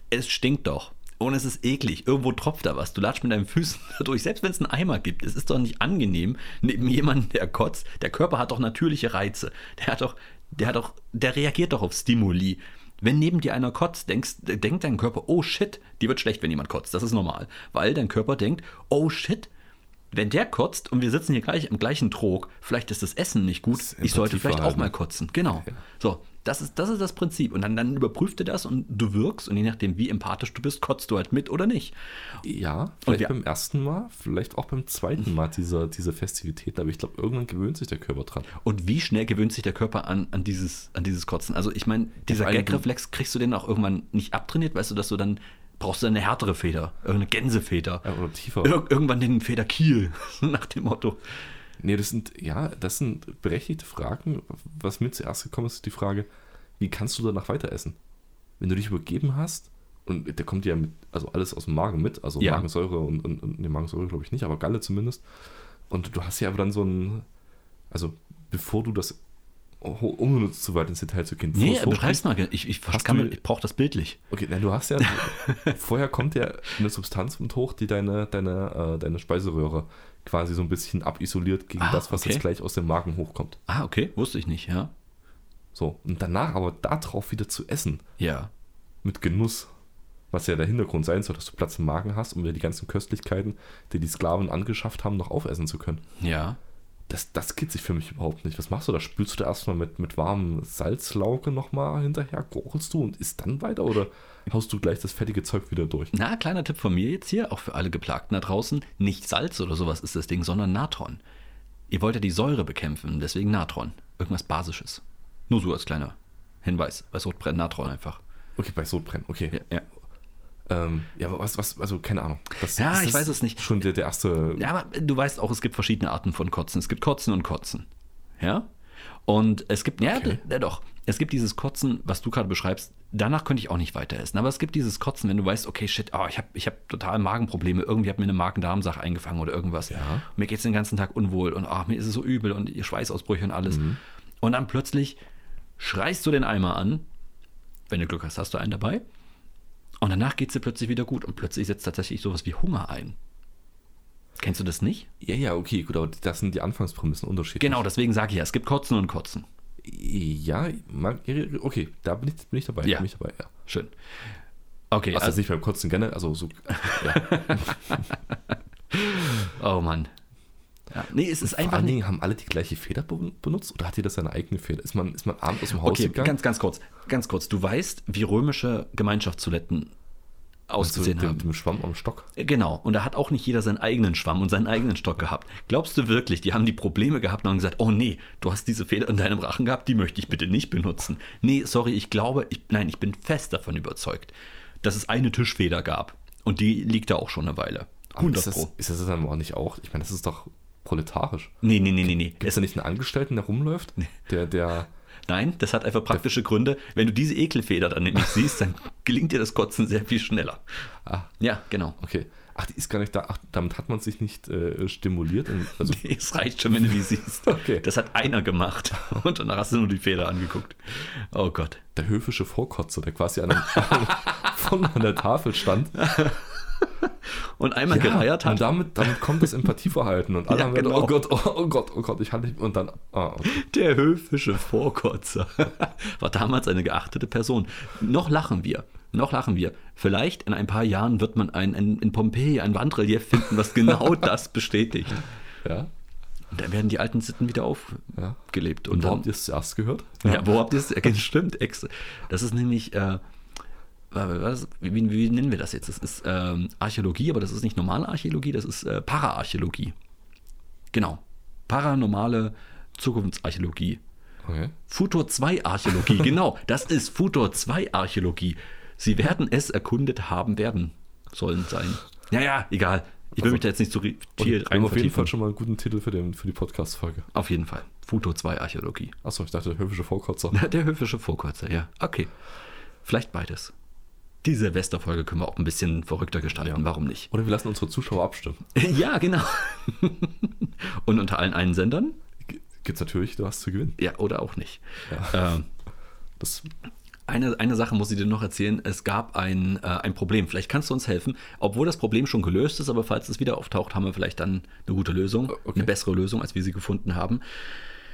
S1: es stinkt doch. Und es ist eklig. Irgendwo tropft da was. Du latschst mit deinen Füßen dadurch. Selbst wenn es einen Eimer gibt, es ist doch nicht angenehm, neben jemandem, der kotzt. Der Körper hat doch natürliche Reize. Der hat doch, Der hat auch, der reagiert doch auf Stimuli. Wenn neben dir einer kotzt, denkst, denkt dein Körper, oh shit, die wird schlecht, wenn jemand kotzt. Das ist normal. Weil dein Körper denkt, oh shit, wenn der kotzt und wir sitzen hier gleich im gleichen Trog, vielleicht ist das Essen nicht gut,
S2: Das
S1: ich sollte vielleicht auch
S2: Empathieverhalten.
S1: mal kotzen. Genau. So, das ist, das ist das Prinzip. Und dann, dann überprüft er das und du wirkst und je nachdem, wie empathisch du bist, kotzt du halt mit oder nicht.
S2: Ja, vielleicht
S1: wir-
S2: beim ersten Mal, vielleicht auch beim zweiten Mal dieser, dieser Festivitäten, aber ich glaube, irgendwann gewöhnt sich der Körper dran.
S1: Und wie schnell gewöhnt sich der Körper an, an, dieses, an dieses Kotzen? Also ich meine, dieser
S2: vor allem du-
S1: Gagreflex kriegst du den auch irgendwann nicht abtrainiert, weißt du, dass du dann brauchst du dann eine härtere Feder, irgendeine Gänsefeder.
S2: Äh, Oder tiefer.
S1: Ir irgendwann den Federkiel, nach dem Motto.
S2: Nee, das sind, ja, das sind berechtigte Fragen. Was mir zuerst gekommen ist, ist die Frage, wie kannst du danach weiter essen? Wenn du dich übergeben hast, und da kommt ja mit, also alles aus dem Magen mit, also
S1: Ja.
S2: Magensäure und, und, und nee, Magensäure glaube ich nicht, aber Galle zumindest. Und du hast ja aber dann so ein, also bevor du das, oh, ohne jetzt zu weit ins Detail zu gehen, bevor
S1: Nee,
S2: es hochgeht-
S1: beschreib's mal. Ich, ich,
S2: Hast
S1: kann
S2: du-
S1: mir- ich brauche das bildlich.
S2: Okay, nein, du hast ja. vorher kommt ja eine Substanz mit hoch, die deine, deine, äh, deine Speiseröhre quasi so ein bisschen abisoliert gegen
S1: Ah,
S2: das, was
S1: okay.
S2: jetzt gleich aus dem Magen hochkommt.
S1: Ah, okay, wusste ich nicht, ja.
S2: So, und danach aber darauf wieder zu essen,
S1: Ja.
S2: mit Genuss, was ja der Hintergrund sein soll, dass du Platz im Magen hast, um dir die ganzen Köstlichkeiten, die die Sklaven angeschafft haben, noch aufessen zu können.
S1: Ja.
S2: Das, das geht sich für mich überhaupt nicht. Was machst du da? Spülst du da erstmal mit, mit warmem Salzlauge nochmal hinterher, gurgelst du und isst dann weiter oder haust du gleich das fettige Zeug wieder durch?
S1: Na, kleiner Tipp von mir jetzt hier, auch für alle Geplagten da draußen. Nicht Salz oder sowas ist das Ding, sondern Natron. Ihr wollt ja die Säure bekämpfen, deswegen Natron. Irgendwas Basisches. Nur so als kleiner Hinweis. Bei Sodbrennen Natron einfach.
S2: Okay, bei Sodbrennen, okay.
S1: Ja, ja.
S2: Ähm, ja, aber was, was, also keine Ahnung. Das,
S1: Ja,
S2: ist
S1: ich
S2: das
S1: weiß es nicht.
S2: Schon der, der erste.
S1: ja, aber du weißt auch, es gibt verschiedene Arten von Kotzen. Es gibt Kotzen und Kotzen. Ja? Und es gibt, ja,
S2: Okay.
S1: d- ja doch, es gibt dieses Kotzen, was du gerade beschreibst, danach könnte ich auch nicht weiter essen. Aber es gibt dieses Kotzen, wenn du weißt, okay, shit, ah, ich habe ich hab total Magenprobleme, irgendwie hat mir eine Magen-Darm-Sache eingefangen oder irgendwas.
S2: Ja.
S1: Mir geht's den ganzen Tag unwohl und ah, mir ist es so übel und ihr Schweißausbrüche und alles.
S2: Mhm.
S1: Und dann plötzlich schreist du den Eimer an, wenn du Glück hast, hast du einen dabei. Und danach geht's dir plötzlich wieder gut und plötzlich setzt tatsächlich sowas wie Hunger ein. Kennst du das nicht?
S2: Ja, ja, okay, gut, aber das sind die Anfangsprämissen unterschiedlich.
S1: Genau, deswegen sage ich ja, es gibt Kotzen und Kotzen.
S2: Ja, mag- okay, da bin ich, bin ich dabei.
S1: Ja.
S2: Bin ich dabei, ja.
S1: Schön. Okay,
S2: Also,
S1: also,
S2: nicht beim Kotzen generell, also so. also,
S1: oh Mann. Ja, nee, es ist
S2: Vor
S1: einfach
S2: allen
S1: nicht.
S2: Dingen haben alle die gleiche Feder be- benutzt oder hat jeder seine eigene Feder? Ist man, ist man abends aus dem Haus
S1: Okay,
S2: gegangen?
S1: ganz, ganz kurz, ganz kurz. Du weißt, wie römische Gemeinschaftstoiletten
S2: zu
S1: ausgesehen
S2: Also dem,
S1: haben.
S2: dem Schwamm am Stock.
S1: Genau, und da hat auch nicht jeder seinen eigenen Schwamm und seinen eigenen Stock gehabt. Glaubst du wirklich, die haben die Probleme gehabt und haben gesagt, oh nee, du hast diese Feder in deinem Rachen gehabt, die möchte ich bitte nicht benutzen. Nee, sorry, ich glaube, ich, nein, ich bin fest davon überzeugt, dass es eine Tischfeder gab. Und die liegt da auch schon eine Weile.
S2: Aber
S1: 100
S2: ist, das,
S1: Pro.
S2: ist das dann aber nicht auch? Ich meine, das ist doch proletarisch.
S1: Nee, nee, nee, nee, nee.
S2: Gibt es da nicht einen Angestellten, der rumläuft? Der, der.
S1: Nein, das hat einfach praktische Gründe. Wenn du diese Ekelfeder dann nämlich siehst, dann gelingt dir das Kotzen sehr viel schneller.
S2: Ah,
S1: Ja, genau.
S2: okay. Ach, die ist gar nicht da. Ach, damit hat man sich nicht äh, stimuliert. Und, also
S1: Es reicht schon, wenn du die siehst.
S2: Okay.
S1: Das hat einer gemacht. Und danach hast du nur die Feder angeguckt. Oh Gott.
S2: der höfische Vorkotzer, der quasi an, einem, von an der Tafel stand,
S1: Und einmal gereiert
S2: Und
S1: hat.
S2: damit, damit kommt das Empathieverhalten und alle
S1: Ja,
S2: haben gedacht,
S1: genau.
S2: oh Gott, oh, oh Gott, oh Gott, ich halte nicht. Und dann, ah, okay.
S1: Der höfische Vorkotzer war damals eine geachtete Person. Noch lachen wir. Noch lachen wir. Vielleicht in ein paar Jahren wird man ein, ein, in Pompeji ein Wandrelief finden, was genau das bestätigt.
S2: ja.
S1: Und dann werden die alten Sitten wieder
S2: Ja.
S1: aufgelebt.
S2: Und
S1: Und
S2: wo
S1: dann,
S2: habt ihr es zuerst gehört?
S1: Ja, wo habt ihr es? Ja, genau, stimmt, extra. Das ist nämlich, äh, was, wie, wie, wie nennen wir das jetzt? Das ist ähm, Archäologie, aber das ist nicht normale Archäologie, das ist äh, Paraarchäologie. Genau. Paranormale Zukunftsarchäologie.
S2: Okay.
S1: Futur 2 Archäologie, genau. Das ist Futur 2 Archäologie. Sie werden es erkundet haben werden sollen sein. Ja, ja, egal. Ich will mich da jetzt nicht zu ri- viel
S2: Wir haben auf jeden
S1: vertiefen.
S2: Fall schon mal einen guten Titel für, den, für die Podcast-Folge.
S1: Auf jeden Fall. Futur 2 Archäologie.
S2: Achso, ich dachte, der höfische Vorkotzer.
S1: Der höfische Vorkotzer, ja. Okay. Vielleicht beides. Die Silvesterfolge können wir auch ein bisschen verrückter gestalten, warum nicht?
S2: Oder wir lassen unsere Zuschauer abstimmen.
S1: Ja, genau. Und unter allen Einsendern?
S2: G- Gibt's natürlich, du hast zu gewinnen.
S1: Ja, oder auch nicht. Ähm,
S2: Das,
S1: eine, eine Sache muss ich dir noch erzählen. Es gab ein, äh, ein Problem. Vielleicht kannst du uns helfen. Obwohl das Problem schon gelöst ist, aber falls es wieder auftaucht, haben wir vielleicht dann eine gute Lösung.
S2: okay.
S1: Eine bessere Lösung, als wir sie gefunden haben.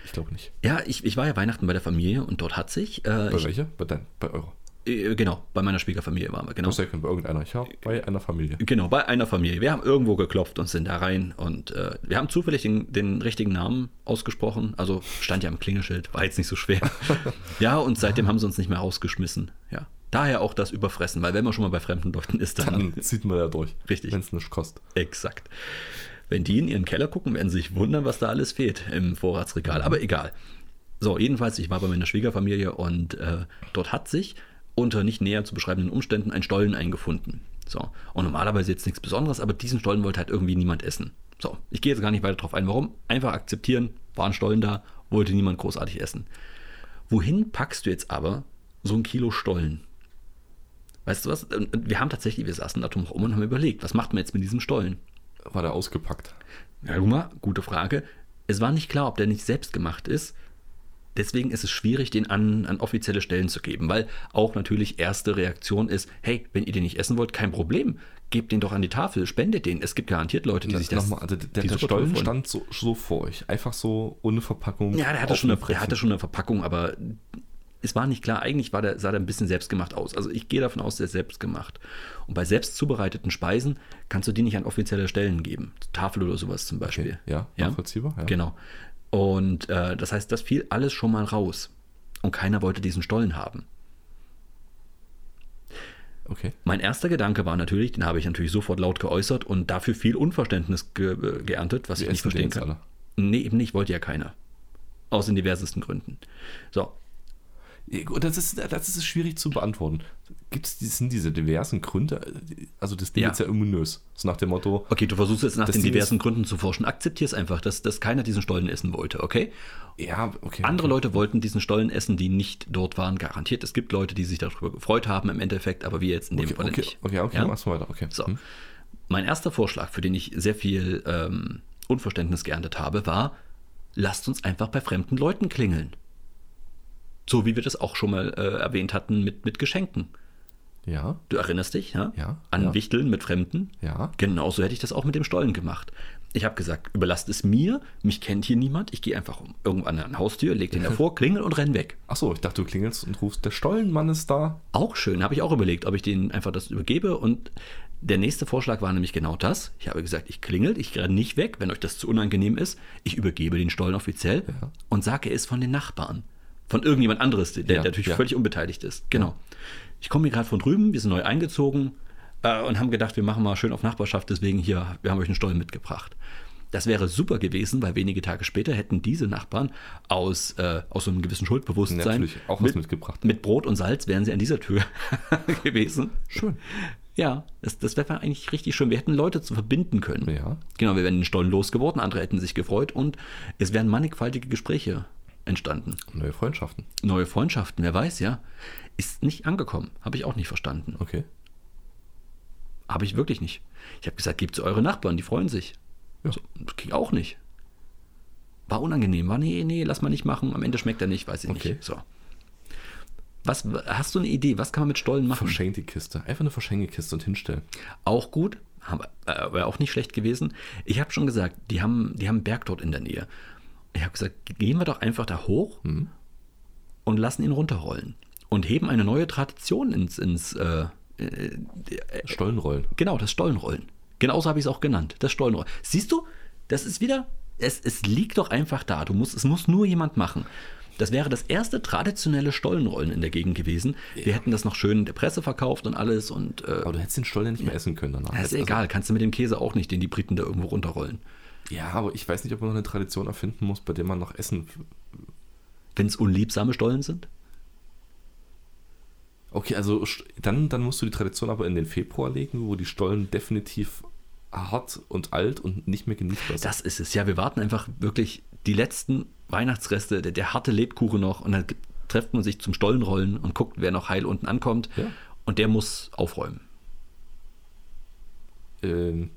S2: Ich glaube nicht.
S1: Ja, ich, ich war ja Weihnachten bei der Familie und dort hat sich. Äh,
S2: Bei
S1: ich,
S2: welcher? Bei dein, bei eurer.
S1: äh, genau, bei meiner Schwiegerfamilie waren wir, genau.
S2: Du sagst ja bei irgendeiner. Ich habe bei einer Familie.
S1: Genau, bei einer Familie. Wir haben irgendwo geklopft und sind da rein und äh, wir haben zufällig den, den richtigen Namen ausgesprochen. Also stand ja am Klingelschild, war jetzt nicht so schwer. ja, und seitdem haben sie uns nicht mehr rausgeschmissen. Ja. Daher auch das Überfressen, weil wenn man schon mal bei fremden Leuten ist, dann,
S2: Dann zieht man da durch.
S1: Richtig.
S2: Wenn es nicht kostet.
S1: exakt. Wenn die in ihren Keller gucken, werden sie sich wundern, was da alles fehlt im Vorratsregal. Aber egal. So, jedenfalls, ich war bei meiner Schwiegerfamilie und äh, dort hat sich unter nicht näher zu beschreibenden Umständen ein Stollen eingefunden. So, und normalerweise jetzt nichts Besonderes, aber diesen Stollen wollte halt irgendwie niemand essen. So, ich gehe jetzt gar nicht weiter drauf ein, warum. Einfach akzeptieren, war ein Stollen da, wollte niemand großartig essen. Wohin packst du jetzt aber so ein Kilo Stollen? Weißt du was? Und und wir haben tatsächlich, wir saßen da drum rum und haben überlegt, was macht man jetzt mit diesem Stollen?
S2: War der ausgepackt.
S1: Ja, guck mal, gute Frage. Es war nicht klar, ob der nicht selbst gemacht ist. Deswegen ist es schwierig, den an, an offizielle Stellen zu geben, weil auch natürlich erste Reaktion ist, hey, wenn ihr den nicht essen wollt, kein Problem. Gebt den doch an die Tafel, spendet den. Es gibt garantiert Leute, die
S2: Das
S1: sich das.
S2: nochmal, also der,
S1: die super
S2: der Stollen
S1: toll finden.
S2: stand so, so vor euch. Einfach so ohne Verpackung.
S1: Ja, der hatte, schon eine, der
S2: aufgefressen.
S1: hatte schon eine Verpackung, aber es war nicht klar. Eigentlich war der, sah der ein bisschen selbstgemacht aus. Also ich gehe davon aus, der ist selbstgemacht. Und bei selbst zubereiteten Speisen kannst du die nicht an offizielle Stellen geben. Tafel oder sowas zum Beispiel.
S2: Okay. Ja, nachvollziehbar. Ja.
S1: Genau. Und äh, das heißt, das fiel alles schon mal raus. Und keiner wollte diesen Stollen haben.
S2: Okay.
S1: Mein erster Gedanke war natürlich, den habe ich natürlich sofort laut geäußert und dafür viel Unverständnis ge äh, geerntet, was
S2: Wir
S1: ich nicht
S2: essen den
S1: verstehen
S2: jetzt
S1: kann.
S2: alle.
S1: Nee, eben nicht, wollte ja keiner. Aus den diversesten Gründen. So,
S2: Ja, gut, Das ist, das ist schwierig zu beantworten. Gibt's, die- sind diese diversen Gründe, also das Ding
S1: Ja.
S2: ist ja immunös. So nach dem Motto,
S1: okay, du versuchst jetzt nach
S2: Das
S1: den
S2: Ding
S1: diversen Gründen zu forschen. Akzeptierst einfach, dass, dass keiner diesen Stollen essen wollte, okay?
S2: ja, okay.
S1: Andere Leute wollten diesen Stollen essen, die nicht dort waren, garantiert. Es gibt Leute, die sich darüber gefreut haben im Endeffekt, aber wir jetzt in dem
S2: okay,
S1: Fall
S2: okay,
S1: nicht.
S2: okay, okay,
S1: Ja?
S2: mach's mal weiter. Okay.
S1: So.
S2: Hm?
S1: Mein erster Vorschlag, für den ich sehr viel ähm, Unverständnis geerntet habe, war, lasst uns einfach bei fremden Leuten klingeln. So wie wir das auch schon mal äh, erwähnt hatten mit, mit Geschenken.
S2: Ja,
S1: Du erinnerst dich, ja?
S2: Ja,
S1: An
S2: ja.
S1: Wichteln mit Fremden?
S2: ja.
S1: Genauso Genau hätte ich das auch mit dem Stollen gemacht. Ich habe gesagt, überlasst es mir, mich kennt hier niemand, ich gehe einfach um- irgendwann an ein Haustür, leg den davor, klingel und renn weg.
S2: Achso, ich dachte, du klingelst und rufst, der Stollenmann ist da.
S1: Auch schön, habe ich auch überlegt, ob ich denen einfach das übergebe. Und der nächste Vorschlag war nämlich genau das. Ich habe gesagt, ich klingel, ich renne nicht weg, wenn euch das zu unangenehm ist. Ich übergebe den Stollen offiziell
S2: Ja.
S1: und sage, er ist von den Nachbarn. Von irgendjemand anderes, der, der
S2: Ja,
S1: natürlich
S2: ja.
S1: völlig unbeteiligt ist. Genau. Ich komme hier gerade von drüben, wir sind neu eingezogen äh, und haben gedacht, wir machen mal schön auf Nachbarschaft, deswegen hier, wir haben euch einen Stollen mitgebracht. Das wäre super gewesen, weil wenige Tage später hätten diese Nachbarn aus, äh, aus so einem gewissen Schuldbewusstsein
S2: Natürlich, auch was mitgebracht.
S1: mit Brot und Salz wären sie an dieser Tür gewesen.
S2: Schön.
S1: Ja, das, das wäre eigentlich richtig schön. Wir hätten Leute zu verbinden können.
S2: Ja.
S1: Genau, wir wären den Stollen losgeworden, andere hätten sich gefreut und es wären mannigfaltige Gespräche entstanden.
S2: Neue Freundschaften.
S1: Neue Freundschaften, wer weiß, ja. Ist nicht angekommen, habe ich auch nicht verstanden.
S2: Okay.
S1: Habe ich wirklich nicht. Ich habe gesagt, gebt es eure Nachbarn, die freuen sich.
S2: Ja.
S1: So, das ging auch nicht. War unangenehm. War, nee, nee, lass mal nicht machen. Am Ende schmeckt er nicht, weiß ich
S2: Okay.
S1: nicht. So. Was, hast du eine Idee? Was kann man mit Stollen machen?
S2: Verschenkt die Kiste. Einfach eine verschenkte Kiste und hinstellen.
S1: Auch gut, aber äh, wäre auch nicht schlecht gewesen. Ich habe schon gesagt, die haben, die haben einen Berg dort in der Nähe. Ich habe gesagt, gehen wir doch einfach da hoch und lassen ihn runterrollen. Und heben eine neue Tradition ins, ins äh, äh,
S2: Stollenrollen.
S1: genau, das Stollenrollen. Genauso habe ich es auch genannt, das Stollenrollen. Siehst du, das ist wieder, es, es liegt doch einfach da. Du musst, es muss nur jemand machen. Das wäre das erste traditionelle Stollenrollen in der Gegend gewesen. Wir hätten das noch schön der Presse verkauft und alles und äh,
S2: Aber du hättest den Stollen ja nicht mehr essen können danach. Also,
S1: das ist egal, kannst du mit dem Käse auch nicht, den die Briten da irgendwo runterrollen.
S2: Ja, aber ich weiß nicht, ob man noch eine Tradition erfinden muss, bei der man noch Essen.
S1: Wenn es unliebsame Stollen sind?
S2: Okay, also st- dann, dann musst du die Tradition aber in den Februar legen, wo die Stollen definitiv hart und alt und nicht mehr genießbar sind.
S1: Das ist es. Ja, wir warten einfach wirklich die letzten Weihnachtsreste, der, der harte Lebkuchen noch und dann gibt- trefft man sich zum Stollenrollen und guckt, wer noch heil unten ankommt.
S2: Ja.
S1: Und der muss aufräumen.
S2: Ähm,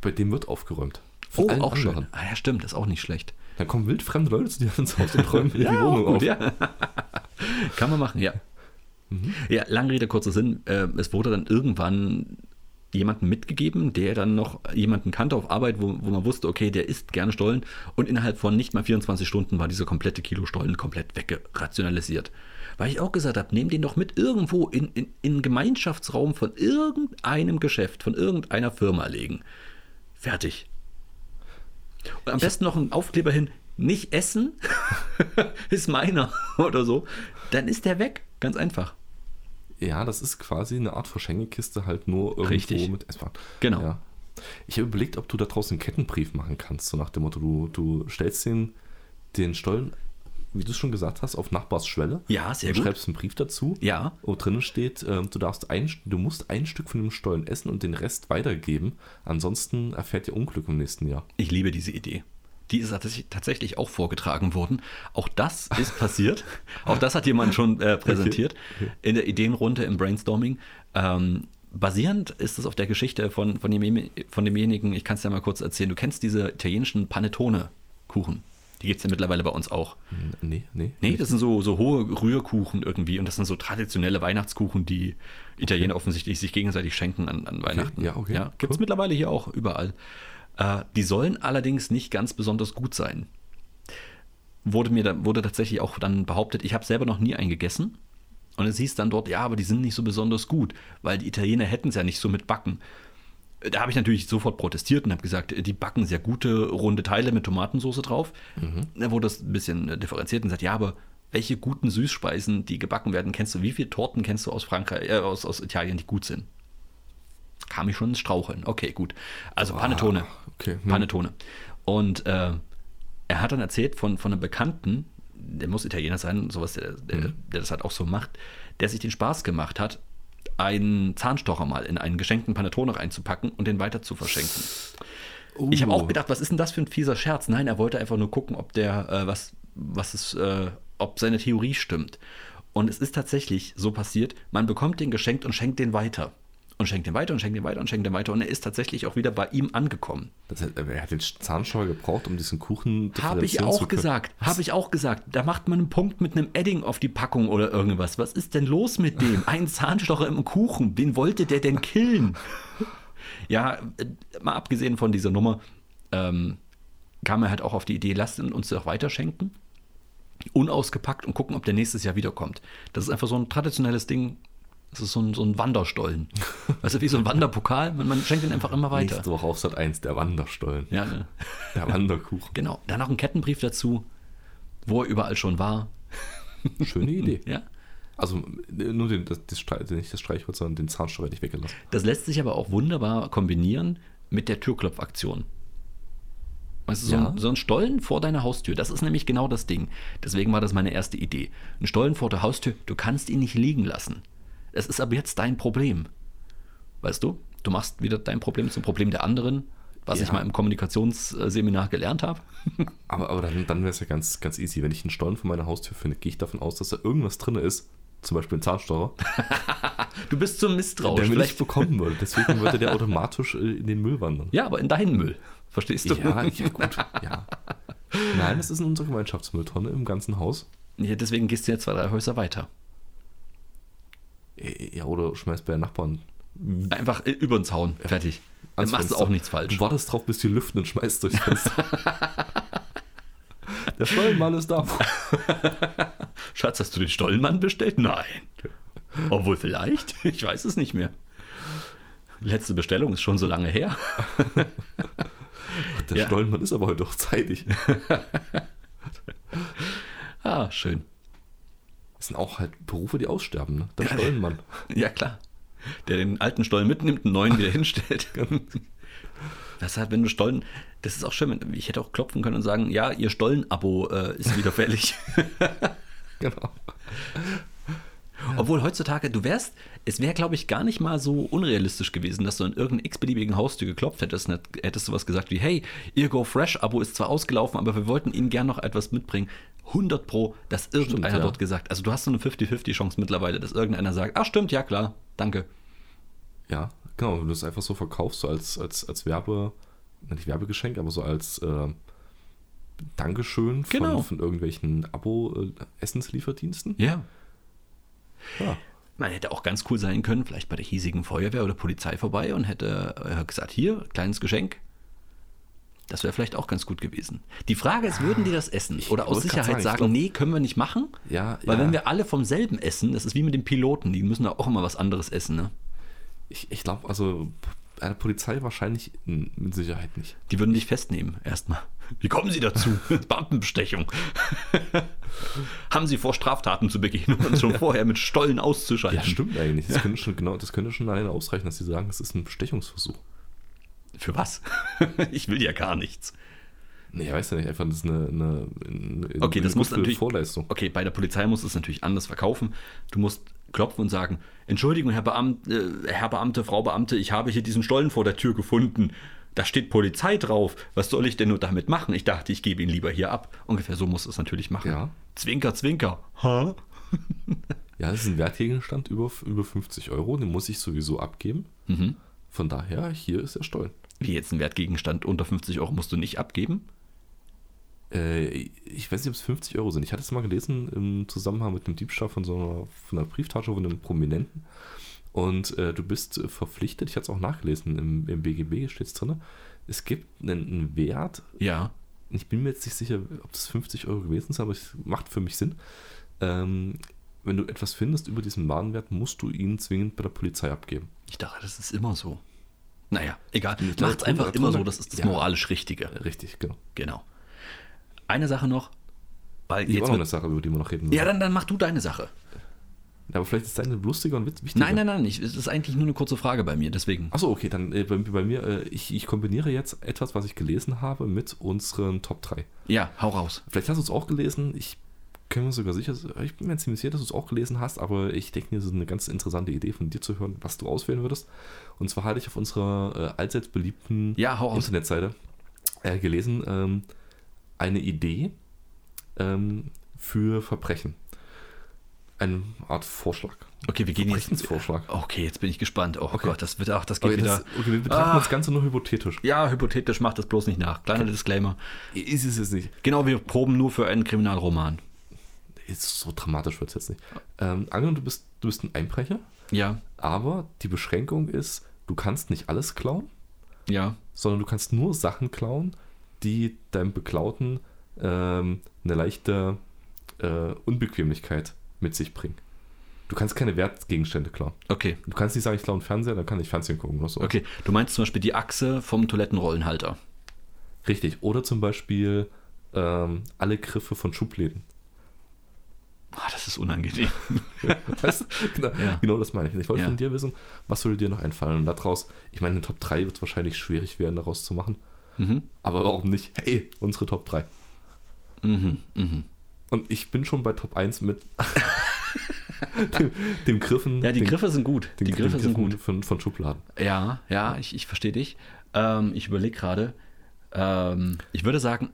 S2: bei dem wird aufgeräumt.
S1: auch schön. Ah, ja, stimmt, das ist auch nicht schlecht.
S2: Dann kommen wildfremde Leute zu dir ins Haus und räumen dir die Wohnung
S1: auch
S2: auf.
S1: gut, ja. Mhm. Kann man machen, ja. Ja, lange Rede, kurzer Sinn. Äh, es wurde dann irgendwann jemanden mitgegeben, der dann noch jemanden kannte auf Arbeit, wo, wo man wusste, okay, der isst gerne Stollen. Und innerhalb von nicht mal 24 Stunden war dieser komplette Kilo Stollen komplett weggerationalisiert. Weil ich auch gesagt habe, nehmt den doch mit irgendwo in, in, in einen Gemeinschaftsraum von irgendeinem Geschäft, von irgendeiner Firma legen. Fertig. Und am besten noch einen Aufkleber hin, nicht essen, ist meiner oder so. Dann ist der weg. Ganz einfach.
S2: Ja, das ist quasi eine Art Verschenkekiste, halt nur irgendwo
S1: Richtig.
S2: mit S-Bahn.
S1: Genau.
S2: Ja. Ich habe überlegt, ob du da draußen einen Kettenbrief machen kannst, so nach dem Motto, du, du stellst den, den Stollen, wie du es schon gesagt hast, auf Nachbarsschwelle.
S1: Ja, sehr
S2: du
S1: gut.
S2: schreibst einen Brief dazu,
S1: Ja.
S2: wo drinnen steht, ähm, du, darfst ein, du musst ein Stück von dem Stollen essen und den Rest weitergeben. Ansonsten erfährt ihr Unglück im nächsten Jahr.
S1: Ich liebe diese Idee. Die ist tatsächlich- tatsächlich auch vorgetragen worden. Auch das ist passiert. auch das hat jemand schon äh, präsentiert in der Ideenrunde im Brainstorming. Ähm, basierend ist es auf der Geschichte von, von, dem, von demjenigen, ich kann es ja mal kurz erzählen, du kennst diese italienischen Panettone-Kuchen. Die gibt es ja mittlerweile bei uns auch.
S2: N- Hm, Nee, nee.
S1: Nee, das sind so, so hohe Rührkuchen irgendwie und das sind so traditionelle Weihnachtskuchen, die Italiener offensichtlich sich gegenseitig schenken an, an Weihnachten.
S2: ja, okay,
S1: Gibt es
S2: cool.
S1: mittlerweile hier auch überall. Äh, die sollen allerdings nicht ganz besonders gut sein. Wurde mir da, wurde tatsächlich auch dann behauptet, ich habe selber noch nie einen gegessen. Und es hieß dann dort, ja, aber die sind nicht so besonders gut, weil die Italiener hätten es ja nicht so mit Backen. Da habe ich natürlich sofort protestiert und habe gesagt, äh, die backen sehr gute runde Teile mit Tomatensauce drauf. Da wurde das ein bisschen äh, differenziert und gesagt, ja, aber welche guten Süßspeisen, die gebacken werden, kennst du? Wie viele Torten kennst du aus Frankreich, äh, aus, aus Italien, die gut sind? Kam ich schon ins Straucheln. Okay, gut. Also Panettone.
S2: okay. Hm.
S1: Panettone. Und äh, er hat dann erzählt von, von einem Bekannten, der muss Italiener sein, sowas, der, der, der das halt auch so macht, der sich den Spaß gemacht hat, einen Zahnstocher mal in einen geschenkten Panettone reinzupacken und den weiter zu verschenken. Ich habe
S2: Uh.
S1: auch gedacht, was ist denn das für ein fieser Scherz? Nein, er wollte einfach nur gucken, ob der, äh, was, was ist, äh, ob seine Theorie stimmt. Und es ist tatsächlich so passiert, man bekommt den geschenkt und schenkt den weiter. Und schenkt den weiter und schenkt den weiter und schenkt den weiter. Und er ist tatsächlich auch wieder bei ihm angekommen.
S2: Das heißt, er hat den Zahnstocher gebraucht, um diesen Kuchen
S1: Habe ich
S2: differenzieren zu
S1: auch
S2: können.
S1: gesagt. Habe ich auch gesagt. Da macht man einen Punkt mit einem Edding auf die Packung oder irgendwas. Was ist denn los mit dem? Ein Zahnstocher im Kuchen. Wen wollte der denn killen? ja, äh, mal abgesehen von dieser Nummer, ähm, kam er halt auch auf die Idee, lasst ihn uns doch weiterschenken. Unausgepackt und gucken, ob der nächstes Jahr wiederkommt. Das ist einfach so ein traditionelles Ding. Das ist so ein, so ein Wanderstollen. Weißt du, wie so ein Wanderpokal. Man, man schenkt ihn einfach immer weiter.
S2: Nächste Woche auf Sat 1, der Wanderstollen.
S1: Ja, ne?
S2: Der Wanderkuchen.
S1: Genau. Danach ein Kettenbrief dazu, wo er überall schon war. Genau.
S2: Schöne Idee.
S1: Ja.
S2: Also äh, nur den, das, das, Streich- nicht das Streichholz, sondern den Zahnstocher hätte ich weggelassen.
S1: Das lässt sich aber auch wunderbar kombinieren mit der Türklopfaktion. Weißt du, so,
S2: Ja.
S1: ein, so ein Stollen vor deiner Haustür, das ist nämlich genau das Ding. Deswegen war das meine erste Idee. Ein Stollen vor der Haustür, du kannst ihn nicht liegen lassen. Es ist aber jetzt dein Problem. Weißt du? Du machst wieder dein Problem zum Problem der anderen, was
S2: Ja.
S1: ich mal im Kommunikationsseminar gelernt habe.
S2: Aber, aber dann, dann wäre es ja ganz, ganz easy. Wenn ich einen Stollen vor meiner Haustür finde, gehe ich davon aus, dass da irgendwas drin ist. Zum Beispiel ein Zahnstocher,
S1: Du bist so misstrauisch.
S2: der mir nicht
S1: Vielleicht,
S2: bekommen würde. Deswegen würde der automatisch äh, in den Müll wandern.
S1: ja, aber in deinen Müll. Verstehst du?
S2: ja, gut. Ja. Nein, das ist in unserer Gemeinschaftsmülltonne im ganzen Haus.
S1: Ja, deswegen gehst du jetzt zwei, drei Häuser weiter.
S2: Äh, Ja, oder schmeißt bei den Nachbarn.
S1: Einfach äh, über den Zaun. Fertig. Dann
S2: Mhm. ans
S1: machst du
S2: Fenster.
S1: auch nichts falsch.
S2: Du wartest drauf, bis die lüften und schmeißt durchs Fenster. Der Stollenmann ist da.
S1: Schatz, hast du den Stollenmann bestellt? Nein. Obwohl vielleicht. Ich weiß es nicht mehr. Letzte Bestellung ist schon so lange her.
S2: Der
S1: Ja.
S2: Stollenmann ist aber heute auch zeitig.
S1: Ah, schön.
S2: Das sind auch halt Berufe, die aussterben. Ne? Der Stollenmann.
S1: Ja, klar. Der den alten Stollen mitnimmt, einen neuen wieder hinstellt. Das hat, wenn du Stollen. Das ist auch schön. wenn- Ich hätte auch klopfen können und sagen: Ja, ihr Stollen-Abo äh, ist wieder fällig.
S2: genau.
S1: Obwohl heutzutage, du wärst, es wäre, glaube ich, gar nicht mal so unrealistisch gewesen, dass du an irgendeinen x-beliebigen Haustür geklopft hättest. und Hättest du was gesagt wie, hey, ihr Go Fresh-Abo ist zwar ausgelaufen, aber wir wollten Ihnen gern noch etwas mitbringen. 100 Pro, dass irgendeiner
S2: ja.
S1: dort gesagt. Also du hast so eine 50-50-Chance mittlerweile, dass irgendeiner sagt, ach stimmt, ja klar, danke.
S2: Ja, genau. Wenn du es einfach so verkaufst, so als, als, als Werbe, na, nicht Werbegeschenk, aber so als äh, Dankeschön von, äh,
S1: Genau.
S2: von irgendwelchen Abo-Essenslieferdiensten.
S1: Ja.
S2: Ja.
S1: Man hätte auch ganz cool sein können, vielleicht bei der hiesigen Feuerwehr oder Polizei vorbei und hätte äh, gesagt, hier, kleines Geschenk. Das wäre vielleicht auch ganz gut gewesen. Die Frage ist, würden die das essen? oder aus
S2: wollte grad
S1: Sicherheit
S2: sagen,
S1: sagen,
S2: ich glaub-
S1: nee, können wir nicht machen?
S2: Ja,
S1: Weil
S2: ja.
S1: wenn wir alle vom selben essen, das ist wie mit den Piloten, die müssen da auch immer was anderes essen, ne?
S2: Ich, ich glaube, also bei der Polizei wahrscheinlich n- mit Sicherheit nicht.
S1: Die würden dich festnehmen, erstmal. Wie kommen Sie dazu? Beamtenbestechung. Haben Sie vor, Straftaten zu begehen und uns schon vorher mit Stollen auszuschalten?
S2: Ja, stimmt eigentlich. Das könnte schon genau, das könnte schon alleine ausreichen, dass sie sagen, das ist ein Bestechungsversuch.
S1: Für was? ich will ja gar nichts.
S2: Nee, weiß ja nicht, einfach das ist eine, eine, eine
S1: Okay,
S2: eine
S1: das muss
S2: gute
S1: natürlich.
S2: Vorleistung.
S1: Okay, bei der Polizei musst du es natürlich anders verkaufen. Du musst klopfen und sagen: Entschuldigung, Herr, Beamt, äh, Herr Beamte, Frau Beamte, ich habe hier diesen Stollen vor der Tür gefunden. Da steht Polizei drauf. Was soll ich denn nur damit machen? Ich dachte, ich gebe ihn lieber hier ab. Ungefähr so musst du es natürlich machen.
S2: Ja.
S1: Zwinker, zwinker. Ha?
S2: Ja, das ist ein Wertgegenstand über, über 50 Euro, den muss ich sowieso abgeben.
S1: Mhm.
S2: Von daher, hier ist der Stollen.
S1: Wie jetzt ein Wertgegenstand unter 50 Euro musst du nicht abgeben?
S2: Äh, ich weiß nicht, ob es 50 Euro sind. Ich hatte es mal gelesen im Zusammenhang mit einem Diebstahl von so einer, von einer Brieftasche von einem Prominenten. Und äh, du bist äh, verpflichtet, ich hatte es auch nachgelesen, im, im BGB steht es drin, es gibt einen, einen Wert,
S1: Ja.
S2: ich bin mir jetzt nicht sicher, ob das 50 Euro gewesen ist, aber es macht für mich Sinn. Ähm, wenn du etwas findest über diesen Warenwert, musst du ihn zwingend bei der Polizei abgeben.
S1: Ich dachte, das ist immer so. Naja, egal.
S2: Ich glaube,
S1: Macht's einfach
S2: drunter-
S1: immer so,
S2: drunter-
S1: das ist das
S2: Ja.
S1: moralisch Richtige.
S2: Richtig, genau.
S1: Genau. Eine Sache noch, weil
S2: Ich
S1: jetzt
S2: habe auch noch
S1: wird
S2: eine Sache, über die wir noch reden
S1: Ja,
S2: wollen.
S1: dann, dann mach du deine Sache.
S2: Aber vielleicht ist deine lustiger und witz- wichtiger.
S1: Nein, nein, nein, ich, es ist eigentlich nur eine kurze Frage bei mir, deswegen.
S2: Achso, okay, dann äh, bei, bei mir, äh, ich, ich kombiniere jetzt etwas, was ich gelesen habe, mit unseren Top 3.
S1: Ja, hau raus.
S2: Vielleicht hast du es auch gelesen, ich kann mir sogar sicher, ich bin mir ziemlich sicher, dass du es auch gelesen hast, aber ich denke mir, es ist eine ganz interessante Idee von dir zu hören, was du auswählen würdest. Und zwar hatte ich auf unserer äh, allseits beliebten
S1: Ja, hau raus.
S2: Internetseite äh, gelesen, ähm, eine Idee ähm, für Verbrechen. Eine Art Vorschlag.
S1: Okay, wir gehen jetzt.
S2: Verbrechensvorschlag.
S1: Okay, jetzt bin ich gespannt. Oh Gott, das wird auch, das
S2: Aber
S1: Äh, geht wieder.
S2: das, okay, wir betrachten
S1: Ah.
S2: das Ganze nur hypothetisch.
S1: Ja, hypothetisch macht das bloß nicht nach. Kleiner Disclaimer.
S2: Ist es jetzt nicht.
S1: Genau, wir proben nur für einen Kriminalroman.
S2: Ist so dramatisch wird es jetzt nicht. Ähm, angenommen, du bist, du bist ein Einbrecher,
S1: Ja,
S2: aber die Beschränkung ist, du kannst nicht alles klauen,
S1: ja.
S2: sondern du kannst nur Sachen klauen, die deinem Beklauten ähm, eine leichte äh, Unbequemlichkeit mit sich bringen. Du kannst keine Wertgegenstände klauen.
S1: Okay.
S2: Du kannst nicht sagen, ich klaue einen Fernseher, dann kann ich Fernsehen gucken oder so.
S1: Okay, du meinst zum Beispiel die Achse vom Toilettenrollenhalter.
S2: Richtig. Oder zum Beispiel ähm, alle Griffe von Schubläden.
S1: Ah, das ist unangenehm.
S2: Weißt, du? genau,
S1: Ja.
S2: genau das meine ich. Ich wollte
S1: Ja.
S2: von dir wissen, was würde dir noch einfallen? Und daraus, ich meine, eine Top 3 wird wahrscheinlich schwierig werden, daraus zu machen.
S1: Mhm.
S2: Aber warum nicht? Hey, unsere Top 3.
S1: Mhm, mhm.
S2: Und ich bin schon bei Top 1 mit dem, dem Griffen.
S1: Ja, die
S2: den,
S1: Griffe sind gut.
S2: den,
S1: die Griffe
S2: den
S1: sind gut.
S2: Von, von Schubladen.
S1: Ja, ja, ich, ich verstehe dich. Ähm, ich überlege gerade. Ähm, ich würde sagen,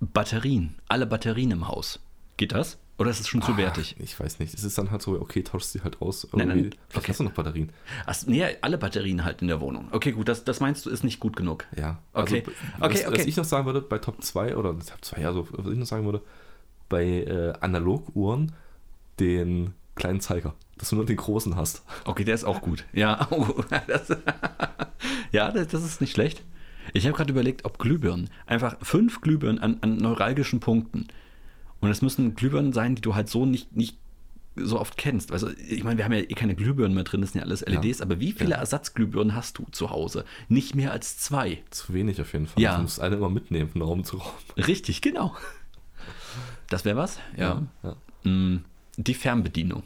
S1: Batterien. Alle Batterien im Haus. Geht das? Oder ist es schon zu wertig?
S2: Ach, Ah, ich weiß nicht. Es ist dann halt so, okay, tauschst sie halt aus.
S1: Nein, nein,
S2: irgendwie. Vielleicht
S1: okay.
S2: hast du noch Batterien.
S1: Ach, nee, alle Batterien halt in der Wohnung. Okay, gut, das, das meinst du, ist nicht gut genug.
S2: Ja. also
S1: Okay. Okay,
S2: was, was
S1: okay.
S2: ich noch sagen würde, bei Top 2 oder Top 2, also was ich noch sagen würde, bei äh, Analoguhren den kleinen Zeiger, dass du nur den großen hast.
S1: Okay, der ist auch gut. Ja, oh, das, ja das, das ist nicht schlecht. Ich habe gerade überlegt, ob Glühbirnen, einfach fünf Glühbirnen an, an neuralgischen Punkten. Und es müssen Glühbirnen sein, die du halt so nicht, nicht so oft kennst. Also, ich meine, wir haben ja eh keine Glühbirnen mehr drin, das sind ja alles LEDs, aber wie viele
S2: Ja.
S1: Ersatzglühbirnen hast du zu Hause? Nicht mehr als zwei.
S2: Zu wenig auf jeden Fall.
S1: Ja.
S2: Du musst eine immer mitnehmen von Raum zu Raum.
S1: Richtig, genau. Das wäre was? Ja.
S2: ja.
S1: Mm, Die Fernbedienung.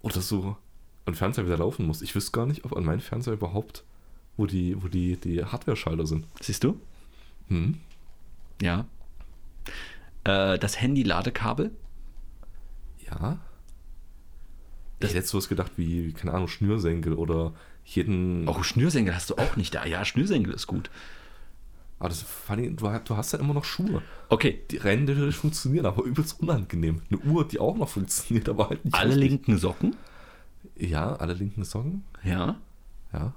S2: Oder so ein Fernseher wieder laufen muss. Ich wüsste gar nicht, ob an meinem Fernseher überhaupt, wo die, wo die, die Hardware-Schalter sind.
S1: Siehst du?
S2: Hm?
S1: Ja. Äh, das Handy-Ladekabel.
S2: Ja.
S1: Das-
S2: ich hätte sowas gedacht wie, keine Ahnung, Schnürsenkel oder jeden.
S1: Oh, Schnürsenkel hast du auch nicht da. Ja, Schnürsenkel ist gut.
S2: Aber Ah, das, vor allen Dingen, du, hast- du hast ja immer noch Schuhe.
S1: Okay,
S2: Die rein theoretisch funktionieren, aber übelst unangenehm. Eine Uhr, die auch noch funktioniert, aber halt nicht.
S1: alle
S2: richtig.
S1: linken Socken.
S2: Ja, alle linken Socken.
S1: Ja,
S2: Ja.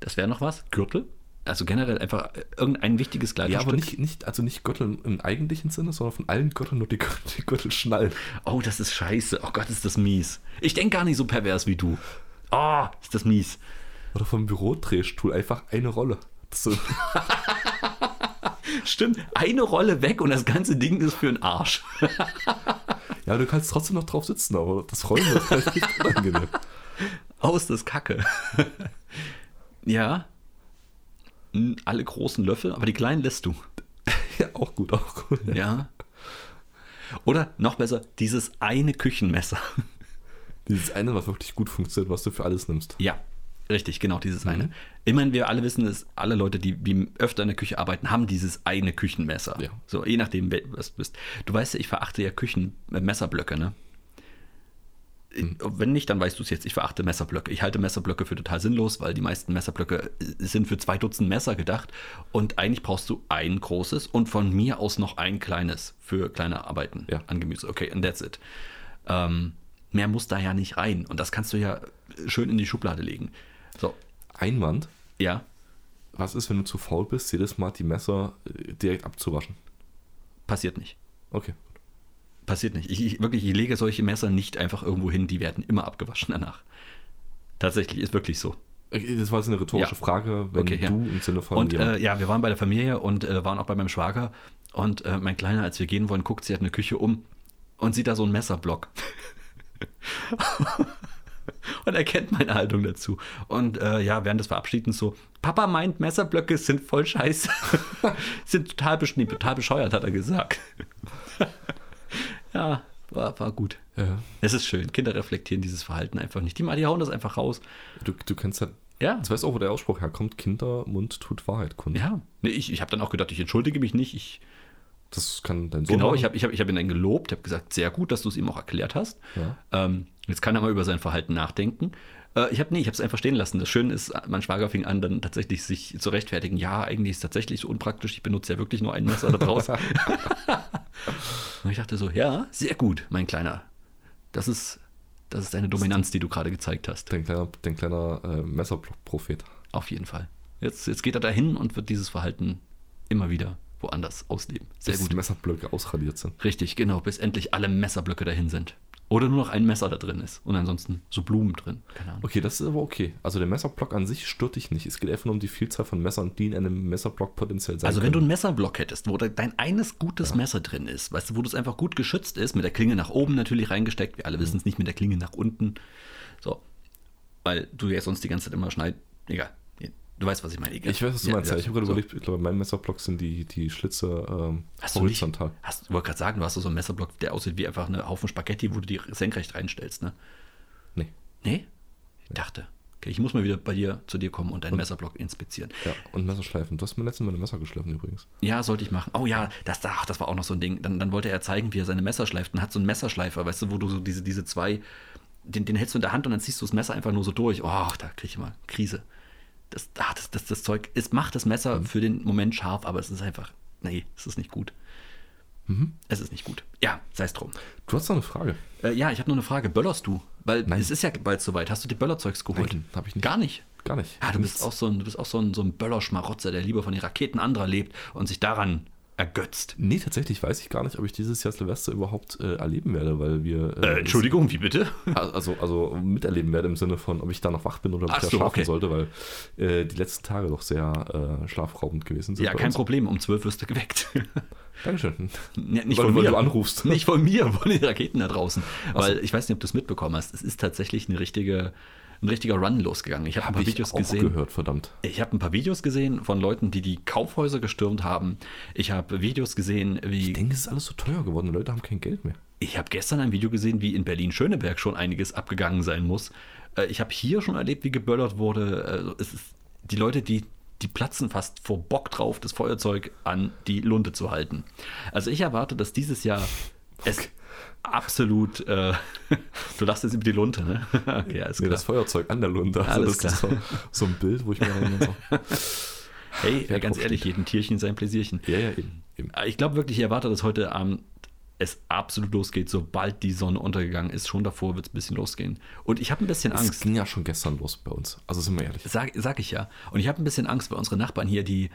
S1: das wäre noch was. Gürtel. also generell einfach irgendein wichtiges
S2: Ja,
S1: Kleidungsstück.
S2: aber nicht, nicht, also nicht Gürtel im eigentlichen Sinne, sondern von allen Gürteln nur die, Gür- die Gürtelschnallen.
S1: Oh, das ist scheiße. Oh Gott, ist das mies. Ich denke gar nicht so pervers wie du. Oh, ist das mies.
S2: Oder vom Bürodrehstuhl einfach eine Rolle. Das so,
S1: Stimmt, eine Rolle weg und das ganze Ding ist für einen Arsch.
S2: ja, du kannst trotzdem noch drauf sitzen, aber das Rollen wird halt echt unangenehm.
S1: Aus, das Kacke. ja. Hm, Alle großen Löffel, aber die kleinen lässt du.
S2: Ja, auch gut, auch gut.
S1: Ja. Oder noch besser, dieses eine Küchenmesser.
S2: Dieses eine, was wirklich gut funktioniert, was du für alles nimmst.
S1: Ja, richtig, genau, dieses
S2: Mhm.
S1: eine. Immerhin, wir alle wissen es, alle Leute, die, die öfter in der Küche arbeiten, haben dieses eine Küchenmesser.
S2: Ja.
S1: So, je nachdem, wer was du bist. Du weißt ja, ich verachte ja Küchen, äh, Messerblöcke, ne?
S2: Mhm.
S1: Wenn nicht, dann weißt du es jetzt. Ich verachte Messerblöcke. Ich halte Messerblöcke für total sinnlos, weil die meisten Messerblöcke äh, sind für zwei Dutzend Messer gedacht. Und eigentlich brauchst du ein großes und von mir aus noch ein kleines für kleine Arbeiten
S2: Ja.
S1: an Gemüse. Okay, and that's it. Ähm, mehr muss da ja nicht rein. Und das kannst du ja äh, schön in die Schublade legen. So,
S2: Einwand,
S1: ja.
S2: was ist, wenn du zu faul bist, jedes Mal die Messer äh, direkt abzuwaschen?
S1: Passiert nicht.
S2: Okay.
S1: Passiert nicht. Ich, ich, wirklich, ich lege solche Messer nicht einfach irgendwo hin. Die werden immer abgewaschen danach. Tatsächlich, ist wirklich so.
S2: Okay, Äh, Das war jetzt eine rhetorische
S1: Ja.
S2: Frage, wenn
S1: Okay, ja.
S2: du im Sinne von
S1: Und
S2: jemand-
S1: äh, ja, wir waren bei der Familie und äh, waren auch bei meinem Schwager. Und äh, mein Kleiner, als wir gehen wollen, guckt sie hat eine Küche um und sieht da so einen Messerblock. und er kennt meine Haltung dazu. Und äh, ja, während des Verabschiedens so, Papa meint, Messerblöcke sind voll scheiße. sind total, besch nee, total bescheuert, hat er gesagt. ja, war, war gut.
S2: Ja.
S1: Es ist schön. Kinder reflektieren dieses Verhalten einfach nicht. Die, die hauen das einfach raus.
S2: Du, du kennst halt.
S1: Ja.
S2: Jetzt weißt du auch, wo der Ausspruch herkommt: Kindermund tut Wahrheit kund.
S1: Ja, nee, ich, ich habe dann auch gedacht, ich entschuldige mich nicht. Ich,
S2: Das kann dein Sohn.
S1: Genau,
S2: machen.
S1: ich habe ich hab, ich hab ihn dann gelobt, habe gesagt, sehr gut, dass du es ihm auch erklärt hast.
S2: Ja.
S1: Ähm, jetzt kann er mal über sein Verhalten nachdenken. Äh, ich habe nee, ich habe es einfach stehen lassen. Das Schöne ist, mein Schwager fing an, dann tatsächlich sich zu rechtfertigen. Ja, eigentlich ist es tatsächlich so unpraktisch. Ich benutze ja wirklich nur ein Messer da draußen. Und ich dachte so, ja, sehr gut, mein Kleiner. Das ist, das ist deine Dominanz, die du gerade gezeigt hast.
S2: Dein kleiner, dein kleiner äh, Messerprophet.
S1: Auf jeden Fall. Jetzt, jetzt geht er dahin und wird dieses Verhalten immer wieder woanders ausleben. Sehr
S2: Bis
S1: gut.
S2: die Messerblöcke ausradiert sind.
S1: Richtig, genau, bis endlich alle Messerblöcke dahin sind. Oder nur noch ein Messer da drin ist und ansonsten so Blumen drin. Keine Ahnung.
S2: Okay, das ist aber okay. Also der Messerblock an sich stört dich nicht. Es geht einfach nur um die Vielzahl von Messern, die in einem Messerblock potenziell sein
S1: Also wenn du
S2: können.
S1: einen Messerblock hättest, wo da dein eines gutes Messer drin ist, weißt du, wo das einfach gut geschützt ist, mit der Klinge nach oben natürlich reingesteckt, wir
S2: Mhm.
S1: alle wissen es nicht, mit der Klinge nach unten. So, weil du ja sonst die ganze Zeit immer schneid. Egal, du weißt, was ich meine. Egal.
S2: Ich weiß, was du
S1: Ja,
S2: meinst. Ja,
S1: ja.
S2: ich habe gerade
S1: So.
S2: überlegt, ich glaube, mein Messerblock sind die, die Schlitze ähm,
S1: Hast du nicht,
S2: horizontal.
S1: hast, ich wollte gerade sagen, du hast so einen Messerblock, der aussieht wie einfach ein Haufen Spaghetti, wo du die senkrecht reinstellst, ne?
S2: Nee.
S1: Nee? Ich dachte. Okay, ich muss mal wieder bei dir zu dir kommen und deinen Messerblock inspizieren.
S2: Ja, und Messerschleifen. Du hast mir letztens meine Messer geschliffen übrigens.
S1: Ja, sollte ich machen. Oh ja, das, ach, das war auch noch so ein Ding. Dann, dann wollte er zeigen, wie er seine Messer schleift und hat so einen Messerschleifer, weißt du, wo du so diese, diese zwei, den, den hältst du in der Hand und dann ziehst du das Messer einfach nur so durch. Oh, da kriege ich immer Krise. Das, ach, das, das, das Zeug, es macht das
S2: Mhm.
S1: Messer für den Moment scharf, aber es ist einfach, nee, es ist nicht gut.
S2: Mhm.
S1: Es ist nicht gut. Ja, sei es drum.
S2: Du hast noch eine Frage.
S1: Äh, ja, ich habe nur eine Frage. Böllerst du? Weil
S2: Nein.
S1: es ist ja bald soweit. Hast du die Böllerzeugs geholt?
S2: Nein, hab ich nicht.
S1: Gar nicht.
S2: Gar nicht.
S1: Ja, Ah, du bist
S2: Nichts.
S1: auch so ein, du bist auch so ein, so ein Böllerschmarotzer, der lieber von den Raketen anderer lebt und sich daran ergötzt.
S2: Nee, tatsächlich weiß ich gar nicht, ob ich dieses Jahr Silvester überhaupt äh, erleben werde, weil wir. äh,
S1: Äh, Entschuldigung, wie bitte?
S2: das- Also, also miterleben werde im Sinne von, ob ich da noch wach bin oder ob
S1: Ach
S2: ich da
S1: so,
S2: schlafen
S1: okay.
S2: sollte, weil äh, die letzten Tage doch sehr äh, schlafraubend gewesen sind.
S1: Ja,
S2: bei
S1: kein
S2: uns.
S1: Problem. Um zwölf wirst du geweckt.
S2: Dankeschön.
S1: Ja, nicht
S2: Weil-
S1: von
S2: weil
S1: mir.
S2: du anrufst.
S1: Nicht von mir, von den Raketen da draußen. Weil ich weiß nicht, ob du es mitbekommen hast. Es ist tatsächlich eine richtige, ein richtiger Run losgegangen. Ich habe ein
S2: Hab
S1: paar Videos gesehen.
S2: gehört, verdammt.
S1: Ich habe ein paar Videos gesehen von Leuten, die die Kaufhäuser gestürmt haben. Ich habe Videos gesehen, wie
S2: Ich denke, es ist alles so teuer geworden. Die Leute haben kein Geld mehr.
S1: Ich habe gestern ein Video gesehen, wie in Berlin-Schöneberg schon einiges abgegangen sein muss. Äh, Ich habe hier schon erlebt, wie geböllert wurde. Also Es ist, die Leute, die, die platzen fast vor Bock drauf, das Feuerzeug an die Lunte zu halten. Also ich erwarte, dass dieses Jahr es absolut... Äh, du lachst jetzt über die Lunte, ne? Okay, alles
S2: Nee,
S1: klar.
S2: das Feuerzeug an der Lunde. Also
S1: Alles
S2: das ist so, so ein Bild, wo ich mir dann so,
S1: hey,
S2: wer
S1: ganz
S2: drauf
S1: ehrlich, jedem Tierchen sein Pläsierchen. Äh,
S2: Ja, ja, eben. eben.
S1: Ich glaube wirklich, ich erwarte, dass heute Abend es absolut losgeht, sobald die Sonne untergegangen ist. Schon davor wird es ein bisschen losgehen. Und ich habe ein bisschen
S2: Es
S1: Angst.
S2: ging ja schon gestern los bei uns. Also sind wir ehrlich.
S1: Sag, sag ich ja. Und ich habe ein bisschen Angst, weil unsere Nachbarn hier, die,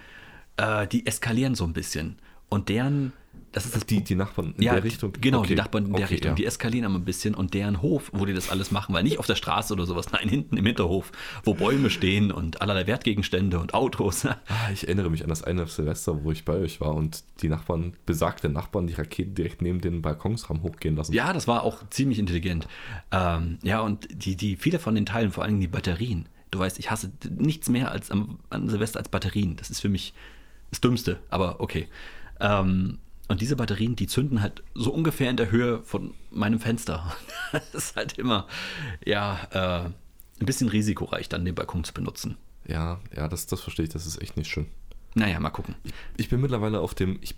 S1: äh, die eskalieren so ein bisschen. Und deren, das ist das
S2: Die, die Nachbarn in
S1: ja,
S2: der Richtung.
S1: Genau,
S2: Okay.
S1: die Nachbarn in der
S2: Okay,
S1: Richtung.
S2: ja.
S1: Die eskalieren immer ein bisschen und deren Hof, wo die das alles machen, weil nicht auf der Straße oder sowas, nein, hinten im Hinterhof, wo Bäume stehen und allerlei Wertgegenstände und Autos. ne?
S2: Ah, Ich erinnere mich an das eine Silvester, wo ich bei euch war und die Nachbarn, besagte Nachbarn, die Raketen direkt neben den Balkons haben hochgehen lassen.
S1: Ja, das war auch ziemlich intelligent. Ähm, ja, und die, die, viele von den Teilen, vor allem die Batterien. Du weißt, ich hasse nichts mehr als am, an Silvester als Batterien. Das ist für mich das Dümmste, aber okay. Ähm, und diese Batterien, die zünden halt so ungefähr in der Höhe von meinem Fenster. Das ist halt immer, ja, äh, ein bisschen risikoreich, dann den Balkon zu benutzen.
S2: ja, ja, das, das verstehe ich, das ist echt nicht schön.
S1: Naja, mal gucken.
S2: Ich bin mittlerweile auf dem, ich,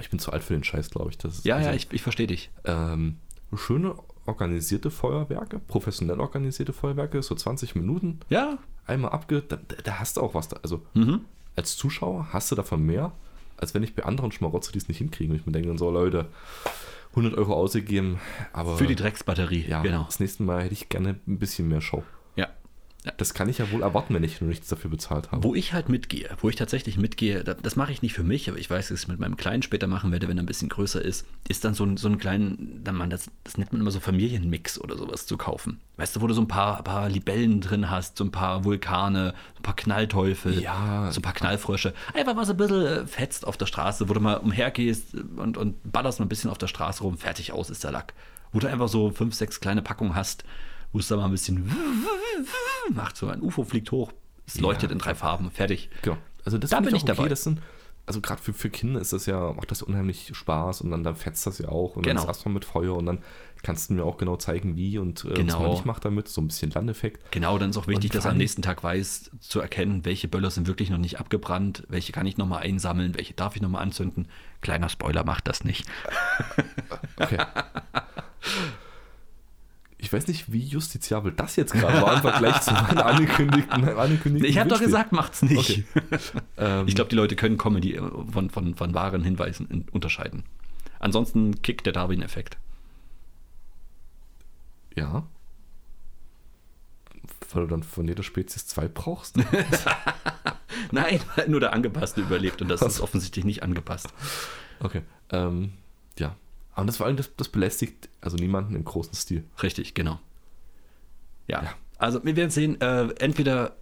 S2: ich bin zu alt für den Scheiß, glaube ich. Das ist,
S1: Ja,
S2: also,
S1: ja, ich, ich verstehe dich.
S2: Ähm, schöne organisierte Feuerwerke, professionell organisierte Feuerwerke, so 20 Minuten,
S1: Ja,
S2: einmal abge... Da, da- da hast du auch was da. Also
S1: Mhm.
S2: als Zuschauer hast du davon mehr, als wenn ich bei anderen Schmarotze die es nicht hinkriegen und ich mir denke, dann so Leute, 100 Euro ausgegeben, aber...
S1: für die Drecksbatterie.
S2: Ja,
S1: genau.
S2: das nächste Mal hätte ich gerne ein bisschen mehr Show.
S1: Ja. ja.
S2: Das kann ich ja wohl erwarten, wenn ich nur nichts dafür bezahlt habe.
S1: Wo ich halt mitgehe, wo ich tatsächlich mitgehe, das, das mache ich nicht für mich, aber ich weiß, dass ich es mit meinem Kleinen später machen werde, wenn er ein bisschen größer ist, ist dann so ein, so einen kleinen, dann man, das, das nennt man immer so Familienmix oder sowas zu kaufen. Weißt du, wo du so ein paar, paar Libellen drin hast, so ein paar Vulkane, so ein paar Knallteufel,
S2: Ja.
S1: so ein paar Knallfrösche. Einfach was ein bisschen äh, fetzt auf der Straße, wo du mal umhergehst äh, und, und ballerst mal ein bisschen auf der Straße rum, fertig aus ist der Lack. Wo du einfach so fünf, sechs kleine Packungen hast, wo es da mal ein bisschen macht, so ein UFO fliegt hoch, es leuchtet in drei Farben, fertig.
S2: Genau. Also das
S1: Da
S2: finde
S1: bin ich
S2: auch
S1: dabei.
S2: Das sind, also gerade für, für Kinder ist das ja, macht das unheimlich Spaß und dann, dann fetzt das ja auch. Und
S1: Genau.
S2: dann ist erstmal mit Feuer und dann kannst du mir auch genau zeigen, wie und äh, was
S1: Genau.
S2: man nicht macht damit, so ein bisschen Landeffekt.
S1: Genau, dann ist auch wichtig,
S2: Und
S1: dass er am
S2: dann-
S1: nächsten Tag weiß, zu erkennen, welche Böller sind wirklich noch nicht abgebrannt, welche kann ich nochmal einsammeln, welche darf ich nochmal anzünden. Kleiner Spoiler, macht das nicht.
S2: Okay. Ich weiß nicht, wie justiziabel das jetzt gerade war im Vergleich zu meinem angekündigten, meinem angekündigten
S1: Ich habe doch
S2: Wünschspiel.
S1: gesagt, macht's nicht.
S2: ähm,
S1: Ich glaube, die Leute können Comedy äh, von, von, von wahren Hinweisen in- unterscheiden. Ansonsten kickt der Darwin-Effekt.
S2: ja. Weil du dann von jeder Spezies zwei brauchst.
S1: Nein, nur der Angepasste überlebt und das ist offensichtlich nicht angepasst.
S2: Okay. Ähm, ja. Aber das vor allem, das, das belästigt also niemanden im großen Stil.
S1: Richtig, genau. Ja.
S2: Ja.
S1: Also wir werden sehen, äh, entweder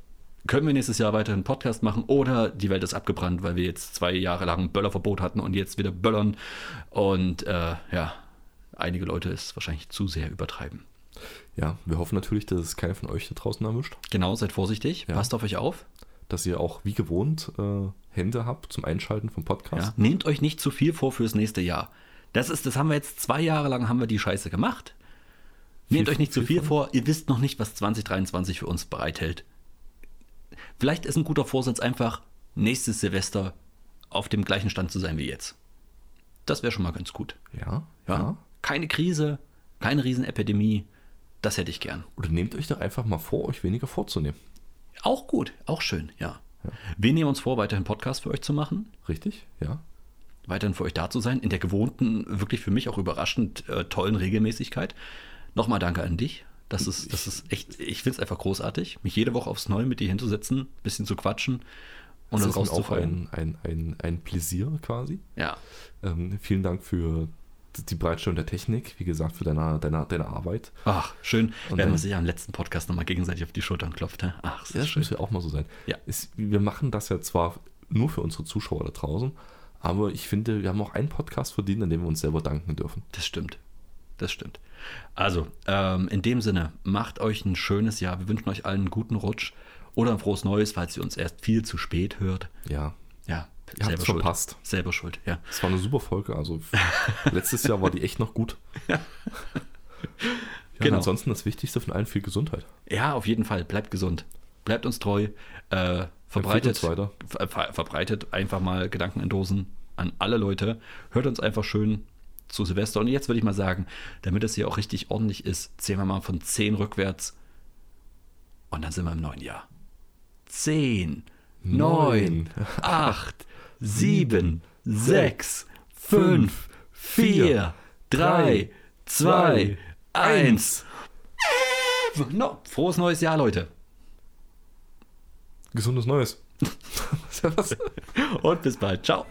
S1: können wir nächstes Jahr weiter einen Podcast machen oder die Welt ist abgebrannt, weil wir jetzt zwei Jahre lang ein Böllerverbot hatten und jetzt wieder böllern. Und äh, ja, einige Leute es wahrscheinlich zu sehr übertreiben.
S2: Ja, wir hoffen natürlich, dass es keiner von euch da draußen erwischt.
S1: Genau, seid vorsichtig,
S2: Ja.
S1: passt auf euch auf.
S2: Dass ihr auch wie gewohnt äh, Hände habt zum Einschalten vom
S1: Ja.
S2: Podcast.
S1: Nehmt euch nicht zu viel vor fürs nächste Jahr. Das ist, das haben wir jetzt zwei Jahre lang haben wir die Scheiße gemacht. Nehmt
S2: Viel-
S1: euch nicht zu
S2: viel
S1: viel
S2: von-
S1: vor. Ihr wisst noch nicht, was 2023 für uns bereithält. Vielleicht ist ein guter Vorsatz einfach nächstes Silvester auf dem gleichen Stand zu sein wie jetzt. Das wäre schon mal ganz gut.
S2: Ja. ja,
S1: Keine Krise, keine Riesenepidemie. Das hätte ich gern.
S2: Oder nehmt euch doch einfach mal vor, euch weniger vorzunehmen.
S1: Auch gut, auch schön, ja. Wir nehmen uns vor, weiterhin Podcast für euch zu machen.
S2: Richtig? Ja.
S1: weiterhin für euch da zu sein, in der gewohnten, wirklich für mich auch überraschend äh, tollen Regelmäßigkeit. Nochmal danke an dich. Das ist, das ist echt, ich finde es einfach großartig, mich jede Woche aufs Neue mit dir hinzusetzen, ein bisschen zu quatschen und
S2: Das
S1: dann
S2: ist mir auch
S1: rauszufallen.
S2: ein, ein, ein, ein Pläsier quasi.
S1: Ja,
S2: Ähm, vielen Dank für die Bereitstellung der Technik, wie gesagt, für deine, deine, deine Arbeit.
S1: ach, schön, wenn
S2: Und
S1: man
S2: dann-
S1: sich ja im letzten Podcast nochmal gegenseitig auf die Schultern klopft. hä? Ach, ist
S2: Ja,
S1: das
S2: das
S1: schön.
S2: muss ja auch mal so sein.
S1: Ja.
S2: Es- wir machen das ja zwar nur für unsere Zuschauer da draußen, aber ich finde, wir haben auch einen Podcast verdient, an dem wir uns selber danken dürfen.
S1: Das stimmt. Das stimmt. Also, ähm, in dem Sinne, macht euch ein schönes Jahr. Wir wünschen euch allen einen guten Rutsch oder ein frohes Neues, falls ihr uns erst viel zu spät hört.
S2: Ja.
S1: Ja,
S2: Ihr habt's
S1: schuld.
S2: verpasst.
S1: Selber schuld, ja.
S2: Es war eine super Folge. Also f- letztes Jahr war die echt noch gut. Ja,
S1: Genau.
S2: genau. Ansonsten das Wichtigste von allen viel Gesundheit.
S1: Ja, auf jeden Fall. Bleibt gesund. Bleibt uns treu. Äh, verbreitet,
S2: uns weiter.
S1: ver ver- verbreitet einfach mal Gedanken in Dosen an alle Leute. Hört uns einfach schön zu Silvester. Und jetzt würde ich mal sagen, damit das hier auch richtig ordentlich ist, zählen wir mal von 10 rückwärts. Und dann sind wir im neuen Jahr. 10, 9,
S2: Neun,
S1: 8, 7, 6, 5,
S2: fünf,
S1: 4, drei, zwei, eins. No, frohes neues Jahr, Leute.
S2: Gesundes Neues. Servus.
S1: Und bis bald. Ciao.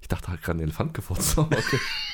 S2: Ich dachte, da hat gerade ein Elefant gefurzt. aber Okay.